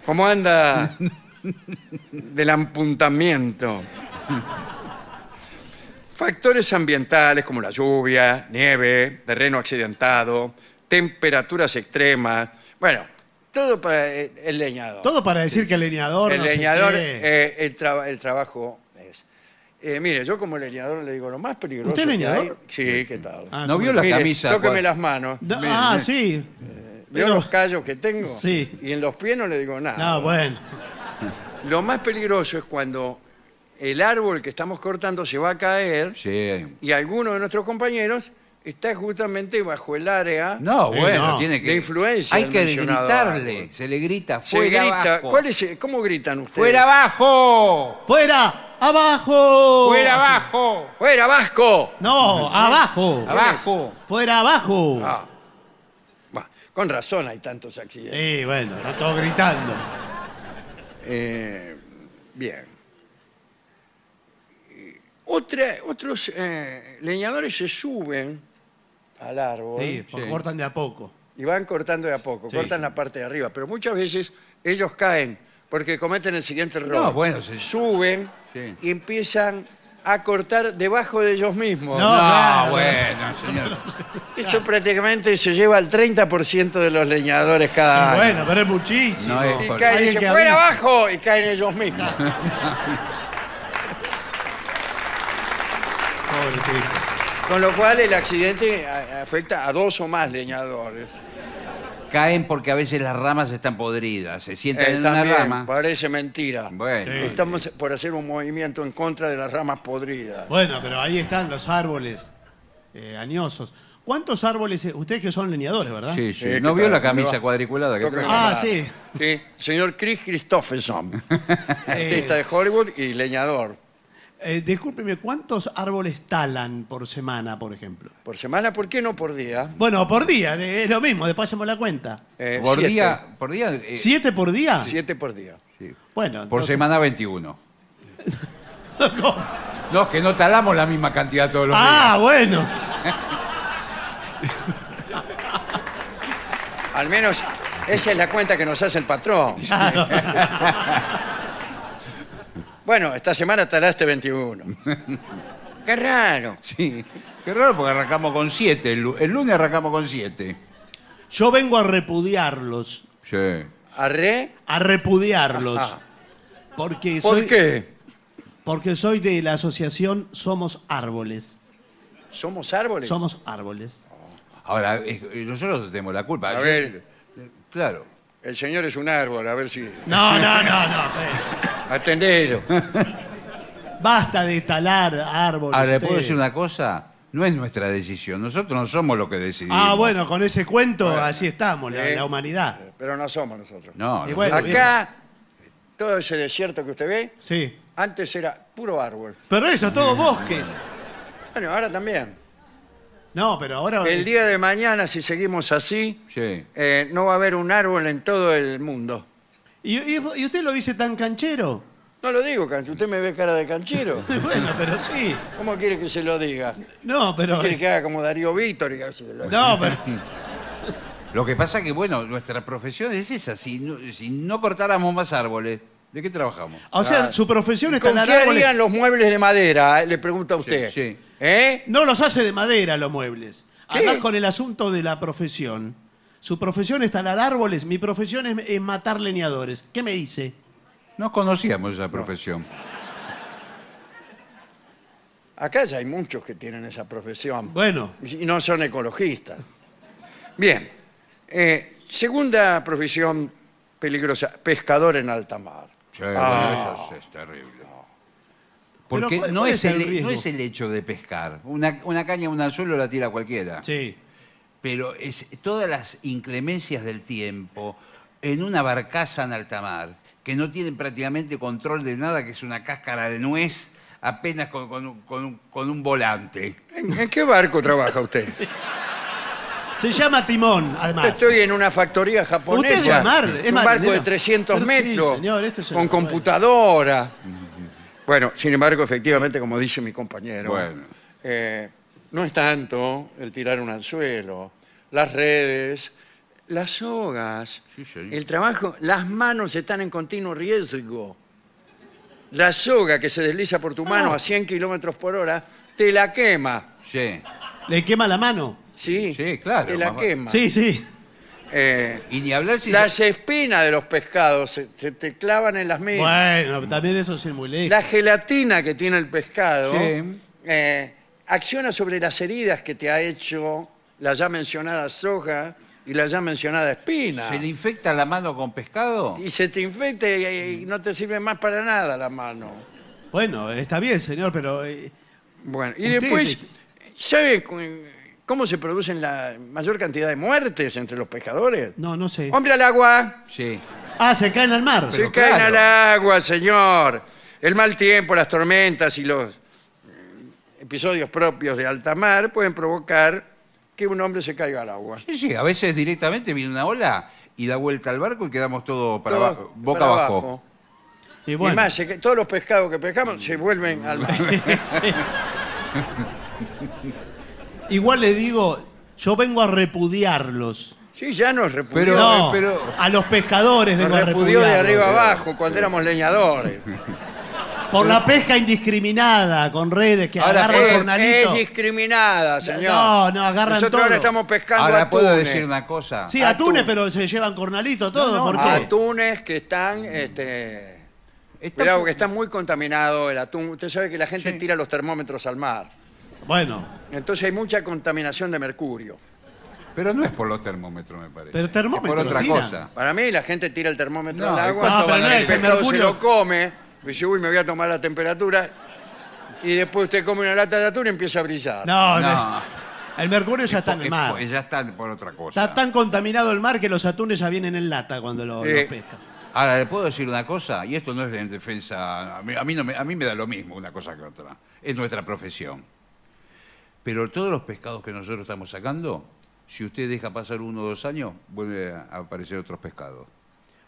S2: ¿Cómo anda del apuntamiento? Factores ambientales como la lluvia, nieve, terreno accidentado, temperaturas extremas. Bueno, todo para el, el leñador.
S3: Todo para decir que el leñador.
S2: el
S3: no sé
S2: leñador,
S3: qué.
S2: eh, el, traba- el trabajo es. Eh, mire, yo como leñador le digo lo más peligroso.
S3: ¿Usted es
S2: que
S3: leñador?
S2: hay- Sí, ¿qué tal?
S3: Ah,
S4: ¿No vio la
S2: Mire,
S4: camisa?
S2: Tóqueme
S4: cuál?
S2: las manos.
S3: No,
S4: Miren,
S3: ah,
S4: miren.
S3: sí.
S2: Veo
S3: Pero-
S2: los callos que tengo
S3: Sí.
S2: y en los pies no le digo nada.
S3: No, bueno.
S2: Lo más peligroso es cuando el árbol que estamos cortando se va a caer
S4: Sí.
S2: y alguno de nuestros compañeros está justamente bajo el área.
S4: No,
S3: Eh,
S4: bueno,
S3: no.
S4: tiene que.
S2: De influencia
S4: Hay
S2: del
S4: que
S2: mencionado
S4: gritarle.
S2: árbol.
S4: Se le grita
S2: Se
S4: fuera
S2: grita.
S4: abajo.
S2: ¿Cuál es el- ¿Cómo gritan ustedes?
S4: ¡Fuera abajo!
S3: ¡Fuera!
S2: Oh,
S3: ¡Abajo!
S4: ¡Fuera abajo!
S2: ¡Fuera, Vasco!
S3: No, abajo.
S4: ¡Abajo!
S3: ¡Fuera abajo!
S2: Ah. Bah, con razón hay tantos accidentes.
S3: Sí, bueno, no todo gritando.
S2: Eh, bien. Eh, Otra, otros eh, leñadores se suben al árbol.
S3: Sí, porque
S4: sí.
S3: cortan de a poco.
S2: y van cortando de a poco,
S3: Sí,
S2: cortan
S3: sí.
S2: la parte de arriba, pero muchas veces ellos caen porque cometen el siguiente error.
S4: No, bueno, sí.
S2: Suben
S4: Sí.
S2: y empiezan a cortar debajo de ellos mismos.
S3: No,
S4: No,
S3: claro,
S4: bueno, señor.
S2: Eso prácticamente se lleva al 30% de los leñadores cada
S3: Y
S2: año.
S3: bueno, pero es muchísimo.
S4: Ah, No es
S2: Y
S4: por-
S2: caen y
S3: Alguien
S2: dicen,
S3: que
S2: fuera
S3: avise".
S2: abajo y caen ellos mismos.
S3: Pobre tipo.
S2: Con lo cual el accidente a- afecta a dos o más leñadores.
S4: Caen porque a veces las ramas están podridas. Se sientan
S2: Eh,
S4: en una
S2: también,
S4: rama.
S2: parece mentira.
S4: Bueno.
S3: Sí.
S2: Estamos por hacer un movimiento en contra de las ramas podridas.
S3: Bueno, pero ahí están los árboles eh, añosos. ¿Cuántos árboles? eh, Ustedes que son leñadores, ¿verdad?
S4: Sí, sí.
S2: Eh, ¿qué
S4: ¿No vio
S2: tal?
S4: la
S2: ¿Cómo le
S4: camisa
S2: va?
S4: cuadriculada que
S2: Tóqueme
S4: trae?
S2: la
S3: Ah,
S2: mano.
S3: sí.
S2: Sí, señor Chris Christopherson, artista de Hollywood y leñador.
S3: Eh, discúlpeme, ¿cuántos árboles talan por semana, por ejemplo?
S2: Por semana, ¿por qué no por día?
S3: Bueno, por día, de- es lo mismo, después hacemos la cuenta.
S2: Eh,
S4: por
S2: siete.
S4: día. Por día. eh,
S3: ¿Siete por día?
S2: Siete por día.
S4: sí.
S3: Bueno,
S4: Por
S3: entonces-
S4: semana 21.
S3: ¿Cómo?
S4: No, es que no talamos la misma cantidad todos los
S3: ah, bueno.
S2: Al menos esa es la cuenta que nos hace el patrón. Bueno, esta semana talaste 21. Qué raro.
S4: días. Sí. Qué raro porque arrancamos con 7. El, lu- el lunes arrancamos con 7.
S3: Yo vengo a repudiarlos.
S4: Sí.
S2: Arre,
S3: A repudiarlos.
S2: Ajá.
S3: Porque
S2: ¿por
S3: soy,
S2: qué?
S3: Porque soy de la asociación Somos Árboles.
S2: ¿Somos árboles?
S3: Somos Árboles.
S4: Ahora, eh, eh, nosotros no tenemos la culpa.
S2: A
S4: Yo-
S2: ver.
S4: eh, Claro.
S2: El señor es un árbol, a ver si...
S3: No, no, no, no. pues.
S2: Atendelo.
S3: Basta de talar árboles.
S4: Ahora, ¿le puedo
S3: ustedes.
S4: decir Ah, una cosa? No es nuestra decisión. Nosotros no somos los que decidimos.
S3: Ah, bueno, con ese cuento así estamos, la,
S2: Eh.
S3: la humanidad.
S2: Pero no somos nosotros.
S4: No,
S3: Y
S4: no.
S3: bueno.
S2: Acá, todo ese desierto que usted ve,
S3: Sí.
S2: antes era puro árbol.
S3: Pero eso, todos bosques.
S2: Bueno, ahora también.
S3: No, pero ahora...
S2: El día de mañana, si seguimos así,
S4: Sí.
S2: eh, no va a haber un árbol en todo el mundo.
S3: ¿Y, y- y usted lo dice tan canchero?
S2: No lo digo, Cancho. Usted me ve cara de canchero.
S3: Bueno, pero sí.
S2: ¿Cómo quiere que se lo diga?
S3: No, pero...
S2: ¿Quiere que haga como Darío Víctor? y que se lo-
S3: No, pero...
S4: Lo que pasa que, bueno, nuestra profesión es esa. Si no, si no cortáramos más árboles, ¿de qué trabajamos?
S3: O sea, su profesión es
S2: Ah. ¿Con
S3: talar
S2: qué
S3: árboles.
S2: harían los muebles de madera? eh? Le pregunta a usted.
S4: sí.
S2: ¿Eh?
S3: No los hace de madera los muebles.
S2: ¿Qué?
S3: Además, con el asunto de la profesión. Su profesión es talar árboles, mi profesión es, es matar leñadores. ¿Qué me dice?
S4: No conocíamos esa profesión.
S2: Acá ya hay muchos que tienen esa profesión.
S3: Bueno,
S2: Y no son ecologistas. Bien. Eh, segunda profesión peligrosa, pescador en alta mar.
S4: Sí,
S2: Ah.
S4: bueno, eso es, es terrible. Porque
S3: Pero, ¿cuál-
S4: no
S3: cuál
S4: es,
S3: es el
S4: el, no
S3: riesgo?
S4: es el hecho de pescar. Una, una caña, un anzuelo la tira cualquiera.
S3: sí.
S4: Pero es todas las inclemencias del tiempo, en una barcaza en alta mar, que no tienen prácticamente control de nada, que es una cáscara de nuez apenas con, con un- con un- con un volante.
S2: ¿En, en qué barco trabaja usted?
S3: Se llama Timón,
S2: Yo
S3: además.
S2: Estoy en una factoría japonesa.
S3: Usted es de mar, es
S2: un barco
S3: marinero.
S2: de 300
S3: Pero sí,
S2: metros,
S3: señor, esto es una
S2: con
S3: barbaridad.
S2: computadora. Bueno, sin embargo, efectivamente, como dice mi compañero,
S4: Bueno.
S2: eh, no es tanto el tirar un anzuelo, las redes, las sogas,
S4: Sí, sí.
S2: el trabajo, las manos están en continuo riesgo. La soga que se desliza por tu
S3: Ah.
S2: mano a 100 kilómetros por hora te la quema.
S4: Sí,
S3: ¿Le quema la mano?
S2: Sí,
S4: Sí, claro,
S2: Te la
S4: mamá.
S2: quema.
S3: Sí, sí.
S2: Eh,
S4: y ni hablar si...
S2: Las espinas de los pescados se, se te clavan en las mismas.
S3: Bueno, también eso sí es muy lejos.
S2: La gelatina que tiene el pescado
S4: Sí.
S2: eh, acciona sobre las heridas que te ha hecho la ya mencionada soja y la ya mencionada espina.
S4: ¿Se le infecta la mano con pescado?
S2: Y se te infecta y, y no te sirve más para nada la mano.
S3: Bueno, está bien, señor, pero... eh,
S2: Bueno, y
S3: Usted-
S2: después, ¿sabe cu- cómo se producen la mayor cantidad de muertes entre los pescadores?
S3: no, no sé.
S2: Hombre al agua.
S4: Sí.
S3: Ah, se caen al mar.
S2: Se
S4: Pero
S2: caen
S4: claro.
S2: al agua, señor. El mal tiempo, las tormentas y los eh, episodios propios de alta mar pueden provocar que un hombre se caiga al agua.
S4: Sí, sí, a veces directamente viene una ola y da vuelta al barco y quedamos todos para
S2: Todo
S4: abajo, boca
S2: para
S4: abajo.
S3: Y
S2: Y
S3: bueno,
S2: más, se ca- todos los pescados que pescamos se vuelven al mar.
S3: igual le digo, yo vengo a repudiarlos.
S2: Sí, ya nos repudió. eh.
S4: Pero-
S3: no,
S4: pero-
S3: a los pescadores vengo
S2: nos
S3: a
S2: repudió de
S3: repudiarlos.
S2: arriba abajo cuando éramos leñadores.
S3: Por la pesca indiscriminada, con redes que
S4: Ahora,
S3: agarran
S4: eh,
S2: Es,
S3: jornalitos.
S2: es discriminada, señor.
S3: No, no, agarran
S2: Nosotros
S3: todo.
S2: ahora estamos pescando
S4: Ahora puedo
S2: atunes.
S4: decir una cosa.
S3: Sí,
S2: atún.
S3: atunes, pero se llevan cornalito, todo.
S4: No, no,
S3: ¿Por qué?
S2: Atunes que están... Este,
S4: Está-
S2: Cuidado, que está muy contaminado el atún. Usted sabe que la gente
S4: Sí.
S2: tira los termómetros al mar.
S3: Bueno,
S2: Entonces hay mucha contaminación de mercurio.
S4: Pero no es por los termómetros, me parece.
S3: Pero
S4: Es
S3: termómetro
S4: por otra
S3: lo tiran.
S4: cosa.
S2: Para mí la gente tira el termómetro
S4: No,
S2: al
S4: ¿y
S2: agua,
S4: cuánto
S3: No, pero
S4: van a
S3: no
S4: tener?
S2: el
S3: es el
S2: pescado se
S3: mercurio.
S2: lo come, dice, uy, me voy a tomar la temperatura, y después usted come una lata de atún y empieza a brillar.
S3: no,
S4: No.
S3: no. El mercurio ya está en el
S4: Es
S3: mar.
S4: por- Ya está por otra cosa.
S3: Está tan contaminado el mar que los atunes ya vienen en lata cuando lo-
S2: Sí.
S3: los pescan.
S4: Ahora, ¿le puedo decir una cosa? Y esto no es en defensa... A mí, a mí no me, a mí me da lo mismo una cosa que otra. Es nuestra profesión. Pero todos los pescados que nosotros estamos sacando, si usted deja pasar uno o dos años, vuelve a aparecer otros pescados.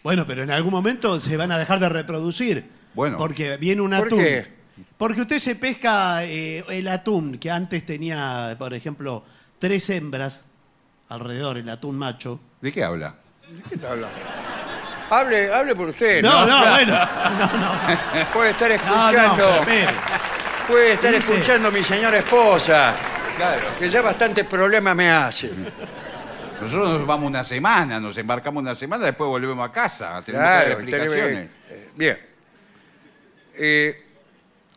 S3: Bueno, pero en algún momento se van a dejar de reproducir.
S4: Bueno.
S3: Porque viene un
S2: ¿Por
S3: atún.
S2: qué?
S3: Porque usted se pesca eh, el atún, que antes tenía, por ejemplo, tres hembras alrededor, el atún macho.
S4: ¿De qué habla?
S2: ¿De qué está hablando? Hable, hable por usted,
S3: No, no,
S2: Eh, ¿no?
S3: bueno.
S2: Puede estar
S3: No, no,
S2: escuchando,
S3: pero mire,
S2: puede estar
S3: Dice-
S2: escuchando a mi señora esposa,
S4: Claro.
S2: que ya bastantes problemas me hace.
S4: Nosotros nos vamos una semana, nos embarcamos una semana, después volvemos a casa. Tenemos que dar
S2: usted debe-
S4: explicaciones.
S2: eh, Bien. Eh,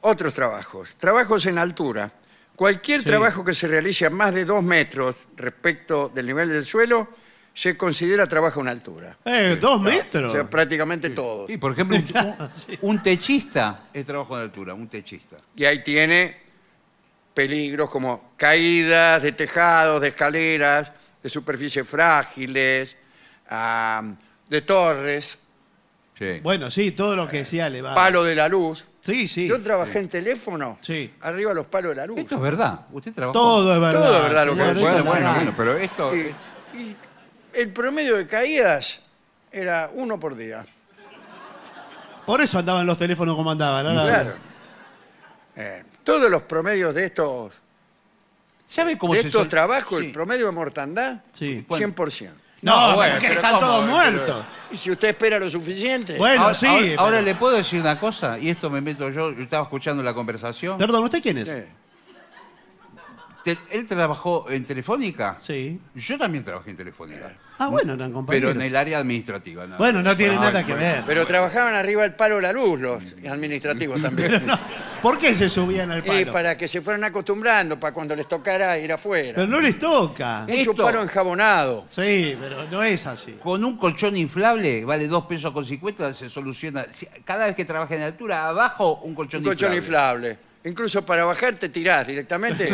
S2: otros trabajos. Trabajos en altura. Cualquier trabajo que se realice a más de dos metros respecto del nivel del suelo se considera trabajo en altura.
S3: eh, dos
S2: O
S3: metros.
S2: sea, prácticamente todos.
S4: Y por ejemplo, un, un- un techista es trabajo de altura, un techista.
S2: Y ahí tiene peligros como caídas de tejados, de escaleras, de superficies frágiles, ah, de torres,
S4: Sí.
S3: Bueno, sí, todo lo que sea le
S4: Ah.
S3: va.
S2: palo de la luz.
S3: Sí, sí.
S2: Yo trabajé en teléfono,
S3: Sí.
S2: arriba los palos de la luz.
S4: Esto es verdad. Usted trabajó.
S3: Todo es verdad.
S2: Todo es verdad lo que
S3: señor,
S2: dice.
S3: esto
S4: Bueno,
S3: es
S4: bueno,
S3: verdad.
S4: bueno, pero esto.
S2: Y, y el promedio de caídas era uno por día.
S3: Por eso andaban los teléfonos como andaban. ahora-
S2: Claro. Eh, todos los promedios de estos,
S4: ¿Sabe cómo
S2: de
S4: se
S2: estos
S4: sol-
S2: trabajos,
S4: Sí.
S2: el promedio de mortandad,
S3: Sí.
S2: 100%.
S3: No,
S4: No, bueno,
S3: bueno, que
S4: pero
S3: están
S4: ¿cómo?
S3: todos
S4: Pero-
S3: muertos.
S2: Y si usted espera lo suficiente,
S3: Bueno,
S4: ahora,
S3: Ah, sí.
S4: ahora-
S3: pero-
S4: ahora le puedo decir una cosa, y esto me meto yo, yo estaba escuchando la conversación.
S3: Perdón, ¿usted quién es?
S2: eh,
S4: Te- él trabajó en Telefónica.
S3: Sí.
S4: Yo también trabajé en Telefónica.
S3: Ah, bueno, eran
S4: Pero
S3: compañeros.
S4: en el área administrativa. nada.
S3: Bueno, no tiene
S4: Ah,
S3: nada que
S4: bueno.
S3: ver.
S2: pero trabajaban arriba del palo de la luz los administrativos también.
S3: ¿Por qué se subían
S4: Eh,
S3: al palo?
S2: Y para que se fueran acostumbrando, para cuando les tocara ir afuera.
S3: Pero no les toca.
S4: Eh.
S2: Mucho
S4: esto-
S2: palo enjabonado.
S3: Sí, pero no es así.
S4: Con un colchón inflable, vale 2 pesos con 50, se soluciona. Si- Cada vez que trabaja en altura, abajo un colchón,
S2: Un colchón
S4: inflable.
S2: inflable. Incluso para bajar te tirás directamente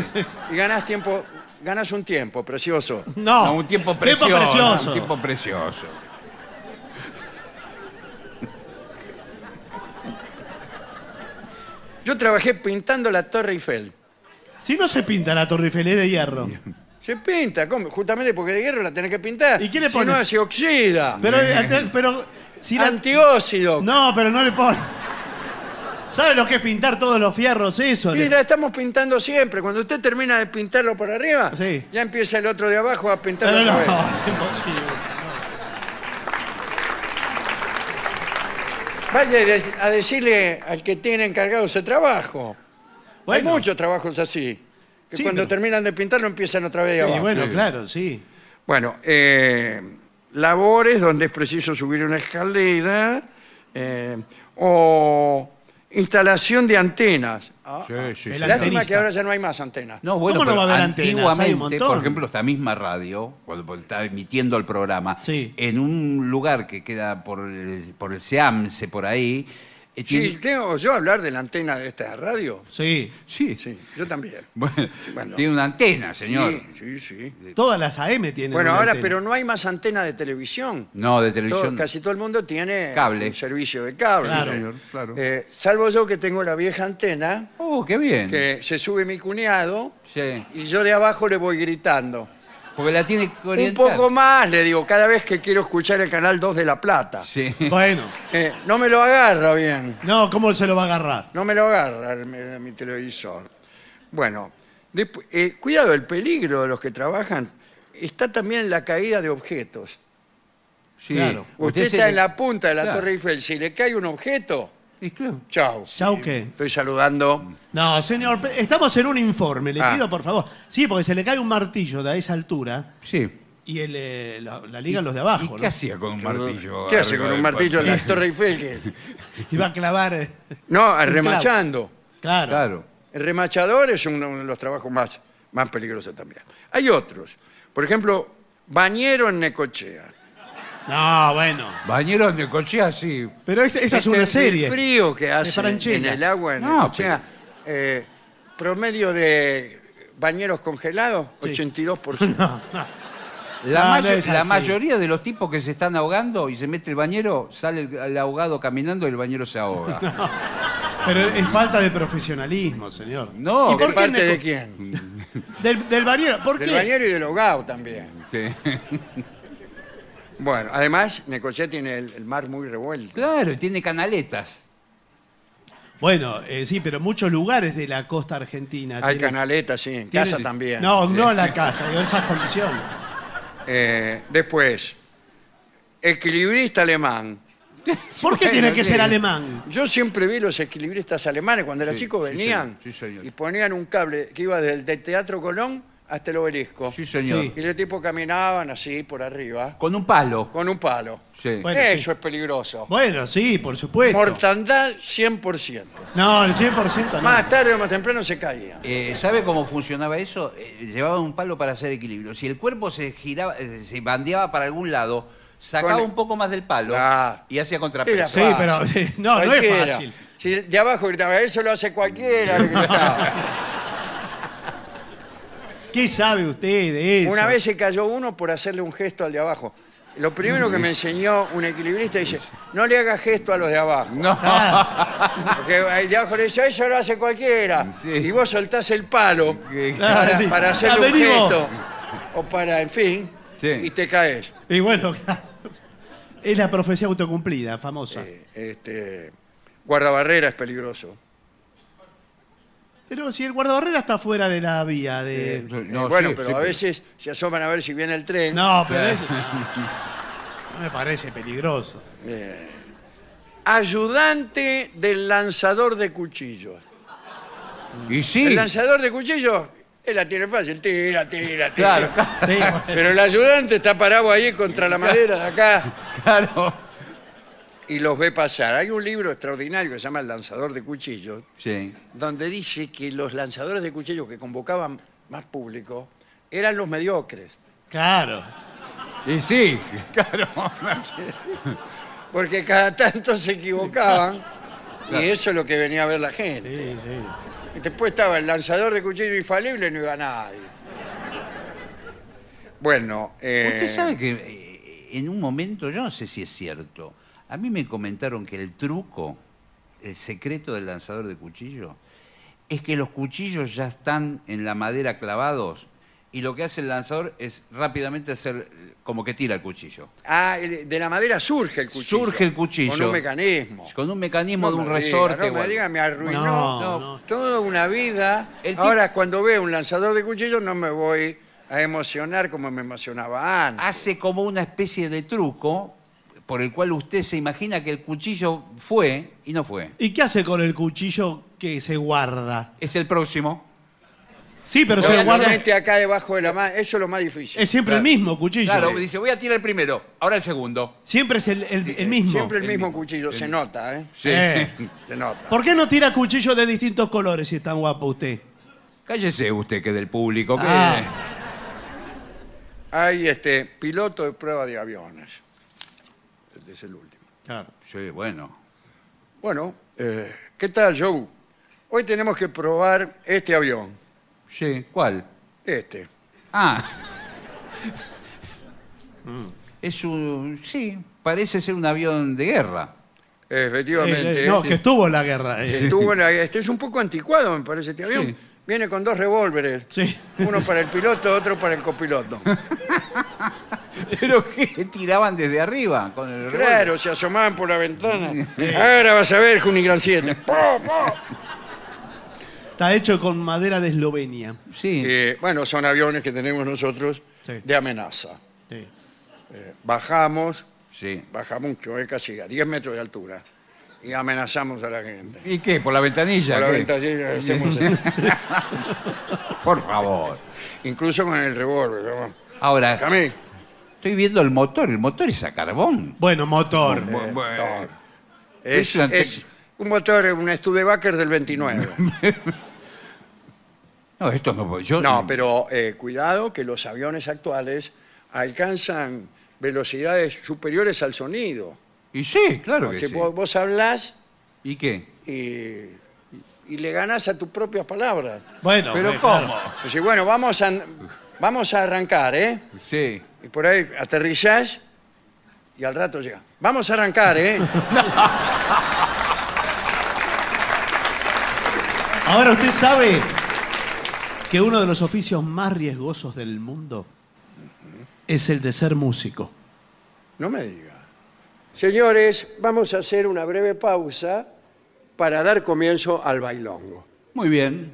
S2: y ganás tiempo, ganás un tiempo precioso.
S3: No.
S4: No, un tiempo precioso.
S3: Tiempo precioso.
S4: Un tiempo precioso.
S2: Yo trabajé pintando la Torre Eiffel.
S3: Si no se pinta la Torre Eiffel, es de hierro.
S2: Se pinta, ¿cómo? justamente porque de hierro la tenés que pintar.
S3: ¿Y qué le
S2: Si
S3: pones?
S2: no, se oxida.
S3: Pero, eh, pero si la-
S2: Antióxido.
S3: No, pero no le pone. ¿Sabe lo que es pintar todos los fierros eso?
S2: Y
S3: Le-
S2: la estamos pintando siempre. Cuando usted termina de pintarlo por arriba,
S3: Sí.
S2: ya empieza el otro de abajo a pintarlo
S3: No, no,
S2: otra vez.
S3: no, es imposible.
S2: Vaya de- a decirle al que tiene encargado ese trabajo.
S3: Bueno.
S2: Hay muchos trabajos así. Que
S3: Sí,
S2: cuando
S3: pero-
S2: terminan de pintarlo empiezan otra vez de
S3: Y
S2: abajo.
S3: bueno,
S4: sí.
S3: claro, sí.
S2: Bueno, eh, labores donde es preciso subir una escalera eh, o instalación de antenas. Ah,
S4: Sí,
S2: ah.
S4: sí,
S3: El
S4: sí.
S3: antenista.
S2: Lástima que ahora ya no hay más antenas.
S4: No, bueno,
S3: ¿Cómo no
S4: pero
S3: va a haber antenas? Hay un
S4: antiguamente, por
S3: montón.
S4: ejemplo, esta misma radio, cuando está emitiendo el programa,
S3: Sí.
S4: en un lugar que queda por el, por el SEAMSE, por ahí, eh,
S2: Sí,
S4: tiene,
S2: tengo yo hablar de la antena de esta radio.
S3: Sí.
S4: sí,
S2: Sí, yo también.
S4: Bueno,
S2: Bueno.
S4: tiene una antena, señor.
S2: Sí, sí, sí.
S3: Todas las AM tienen.
S2: Bueno,
S3: una
S2: ahora,
S3: antena.
S2: pero no hay más antena de televisión.
S4: No, de
S2: Todo-
S4: televisión. no.
S2: casi todo el mundo tiene
S4: Cable.
S2: un servicio de cable.
S3: Claro. Sí,
S4: señor, claro.
S2: Eh, salvo yo que tengo la vieja antena,
S4: Oh, qué bien.
S2: que se sube mi cuñado
S4: Sí,
S2: y yo de abajo le voy gritando.
S4: Porque la tiene que
S2: Un
S4: orientar.
S2: poco más, le digo, cada vez que quiero escuchar el canal 2 de La Plata.
S4: Sí.
S3: Bueno.
S2: Eh, no me lo agarra bien.
S3: No, ¿cómo se lo va a agarrar?
S2: No me lo agarra el- el- mi televisor. Bueno, despu- eh, cuidado, el peligro de los que trabajan está también en la caída de objetos.
S4: sí.
S3: Claro.
S2: Usted,
S4: se
S2: está
S4: le-
S2: en la punta de la
S4: Claro.
S2: Torre Eiffel, si le cae un objeto,
S4: Sí, claro.
S2: chao.
S3: ¿Chau qué?
S2: Estoy saludando.
S4: Mm.
S3: No, señor, pe- estamos en un informe, le
S2: Ah.
S3: pido por favor. Sí, porque se le cae un martillo de esa altura
S4: Sí.
S3: y el, eh, la, la ligan los de abajo,
S4: ¿Y
S3: ¿no?
S4: qué hacía con un martillo?
S2: ¿Qué hace con
S4: arriba
S2: un
S4: del
S2: martillo en
S4: cuerpo?
S2: la Torre Eiffel? ¿Qué?
S3: Y va a clavar. eh,
S2: No,
S3: clavo.
S2: remachando.
S3: Claro.
S4: Claro.
S2: El remachador es uno de los trabajos más, más peligrosos también. Hay otros. Por ejemplo, bañero en Necochea.
S3: No, bueno.
S4: Bañeros de coche así.
S3: Pero es- esa es
S2: Este,
S3: una
S2: El
S3: serie.
S2: frío que hace en
S3: Franchella.
S2: el agua en
S4: No,
S2: Necochea, eh, promedio de bañeros congelados, 82%.
S4: La,
S3: No,
S4: mayo-
S3: no es
S4: la
S3: así.
S4: mayoría de los tipos que se están ahogando y se mete el bañero, sale el, el ahogado caminando y el bañero se ahoga. No,
S3: Pero es falta de profesionalismo, señor.
S4: No,
S3: ¿Y por
S2: ¿De
S3: qué
S2: parte
S3: Neco-
S2: de quién?
S3: Del, del bañero. ¿Por
S2: Del
S3: qué?
S2: bañero y del hogado también.
S4: sí.
S2: Bueno, además, Necochea tiene el, el mar muy revuelto.
S4: Claro, y tiene canaletas.
S3: Bueno, eh, sí, pero muchos lugares de la costa argentina.
S2: Hay
S3: tienen-
S2: canaletas, sí, en
S3: tienen-
S2: casa también.
S3: No, no la casa, digo, esas condiciones.
S2: Eh, después, equilibrista alemán.
S3: ¿Por qué
S4: Bueno,
S3: tiene que
S4: bien.
S3: ser alemán?
S2: Yo siempre vi los equilibristas alemanes cuando era
S4: Sí,
S2: chico
S4: sí,
S2: venían
S4: señor, sí, señor.
S2: y ponían un cable que iba desde el del Teatro Colón hasta el obelisco.
S4: Sí, señor.
S3: Sí.
S2: Y los tipos caminaban así por arriba
S4: Con un palo.
S2: con un palo.
S4: Sí.
S3: Bueno,
S2: Eso
S3: sí.
S2: es peligroso.
S3: Bueno, sí, por supuesto.
S2: Mortandad 100%.
S3: No, el 100% no.
S2: Más tarde o más temprano se caía.
S4: Eh, ¿Sabe cómo funcionaba eso? Eh, llevaban un palo para hacer equilibrio. Si el cuerpo se giraba, eh, se bandeaba para algún lado, sacaba
S2: Con el-
S4: un poco más del palo
S2: Ah.
S4: y hacía
S2: Era
S4: contrapeso.
S3: Sí,
S2: fácil.
S3: pero- sí, no, no es
S2: Cualquiera.
S3: fácil.
S2: Si de abajo gritaba, eso lo hace cualquiera. le gritaba.
S3: ¿Qué sabe usted de eso?
S2: Una vez se cayó uno por hacerle un gesto al de abajo. Lo primero que me enseñó un equilibrista dice, no le haga gesto a los de abajo.
S4: No.
S3: Ah,
S2: Porque el de abajo le dice, eso lo hace cualquiera.
S4: Sí.
S2: Y vos soltás el palo
S4: Sí.
S3: Claro,
S2: para,
S3: sí.
S2: para hacerle un
S3: Averigo.
S2: gesto. O para, en fin,
S4: Sí.
S2: y te caes.
S3: y bueno, claro. Es la profecía autocumplida, famosa.
S2: Eh, Este, guardabarrera es peligroso.
S3: Pero si el guardabarrera está fuera de la vía de.
S4: No,
S2: Eh, bueno,
S4: sí,
S2: pero
S4: sí,
S2: a veces se asoman a ver si viene el tren.
S3: No, pero eso. No me parece peligroso.
S2: Ayudante del lanzador de cuchillos.
S4: Y sí.
S2: El lanzador de cuchillos, él la tiene fácil, tira, tira, tira.
S4: Claro,
S3: Sí, bueno.
S2: Pero el ayudante está parado ahí contra la madera de acá.
S4: claro.
S2: y los ve pasar. Hay un libro extraordinario que se llama El lanzador de cuchillos,
S4: Sí.
S2: donde dice que los lanzadores de cuchillos que convocaban más público eran los mediocres,
S3: Claro.
S4: Y sí, claro.
S2: porque cada tanto se equivocaban y eso es lo que venía a ver la gente.
S3: Sí, sí.
S2: Y después estaba el lanzador de cuchillos infalible y no iba nadie. Bueno, eh,
S4: Usted sabe que eh, en un momento, yo no sé si es cierto, a mí me comentaron que el truco el secreto del lanzador de cuchillos es que los cuchillos ya están en la madera clavados y lo que hace el lanzador es rápidamente hacer eh, como que tira el cuchillo.
S2: Ah, el- de la madera surge el cuchillo.
S4: Surge el cuchillo.
S2: Con un mecanismo.
S4: Con un mecanismo
S2: No
S4: de un
S2: me diga,
S4: resorte.
S2: no
S4: o
S2: me
S4: algo.
S2: diga, me arruinó
S3: No,
S4: no.
S2: toda una vida.
S4: El tip-
S2: Ahora, cuando veo un lanzador de cuchillos, no me voy a emocionar como me emocionaba
S3: Ah,
S2: antes.
S4: hace como una especie de truco por el cual usted se imagina que el cuchillo fue y no fue.
S3: ¿Y qué hace con el cuchillo que se guarda?
S4: Es el próximo.
S3: Sí, pero se
S4: Voy
S3: lo
S4: a
S3: guarda.
S2: Obviamente acá debajo de la mano, eso es lo más difícil.
S3: Es siempre el
S4: Claro.
S3: mismo cuchillo.
S4: Claro,
S3: eh.
S4: dice, voy a tirar el primero, ahora el segundo.
S3: Siempre es el, el- el mismo.
S2: Siempre el
S4: el
S2: mismo
S4: mismo,
S2: cuchillo,
S4: el
S2: se
S4: mismo.
S2: nota, ¿eh?
S4: Sí.
S3: Eh.
S2: Se nota.
S3: ¿Por qué no tira cuchillos de distintos colores si es tan guapo usted?
S4: Cállese usted que del público. que-
S3: Ah.
S2: Hay este piloto de prueba de aviones. Este es el último.
S3: Claro.
S4: Sí, bueno.
S2: Bueno, eh, ¿qué tal, Joe? Hoy tenemos que probar este avión.
S4: Sí, ¿cuál?
S2: Este.
S4: Ah. Mm. Es un... Sí, parece ser un avión de guerra.
S2: Efectivamente. este,
S3: Eh, eh, no, que estuvo en la guerra. eh.
S2: Estuvo en la- este es un poco anticuado, me parece, este avión.
S4: Sí.
S2: Viene con dos revólveres.
S3: Sí.
S2: Uno para el piloto, otro para el copiloto.
S4: Pero que tiraban desde arriba con el revólver.
S2: Claro, se asomaban por la ventana. Ahora vas a ver, Junigran 7.
S3: Está hecho con madera de Eslovenia.
S4: Sí.
S2: Eh, bueno, son aviones que tenemos nosotros
S3: Sí.
S2: de amenaza.
S3: Sí.
S2: Bajamos,
S4: Sí.
S2: baja mucho, eh, casi a 10 metros de altura. Y amenazamos a la gente.
S4: ¿Y qué? ¿Por la ventanilla?
S2: Por la
S4: ¿Qué?
S2: ventanilla hacemos eh, eso.
S4: Por favor.
S2: Incluso con el revólver. ¿no?
S4: Ahora,
S2: Camil,
S4: Estoy viendo el motor, el motor es a carbón.
S3: Bueno,
S2: Eh,
S3: motor.
S4: Bu- bu-
S2: es,
S4: Es una tec-
S2: es un motor, un Studebaker del 29.
S4: No, esto no. Yo,
S2: No, pero eh, cuidado que los aviones actuales alcanzan velocidades superiores al sonido.
S4: Y sí, claro que
S2: Porque
S4: sí.
S2: vos, vos hablás
S4: ¿Y qué?
S2: y, y le ganás a tus propias palabras.
S3: Bueno,
S4: ¿Pero
S3: bueno,
S4: cómo?
S3: claro.
S2: Decís, bueno, vamos a, vamos a arrancar, ¿eh?
S4: Sí.
S2: Y por ahí aterrizás y al rato llega. Vamos a arrancar, ¿eh?
S3: Ahora usted sabe que uno de los oficios más riesgosos del mundo es el de ser músico.
S2: No me diga. Señores, vamos a hacer una breve pausa para dar comienzo al bailongo.
S4: Muy bien.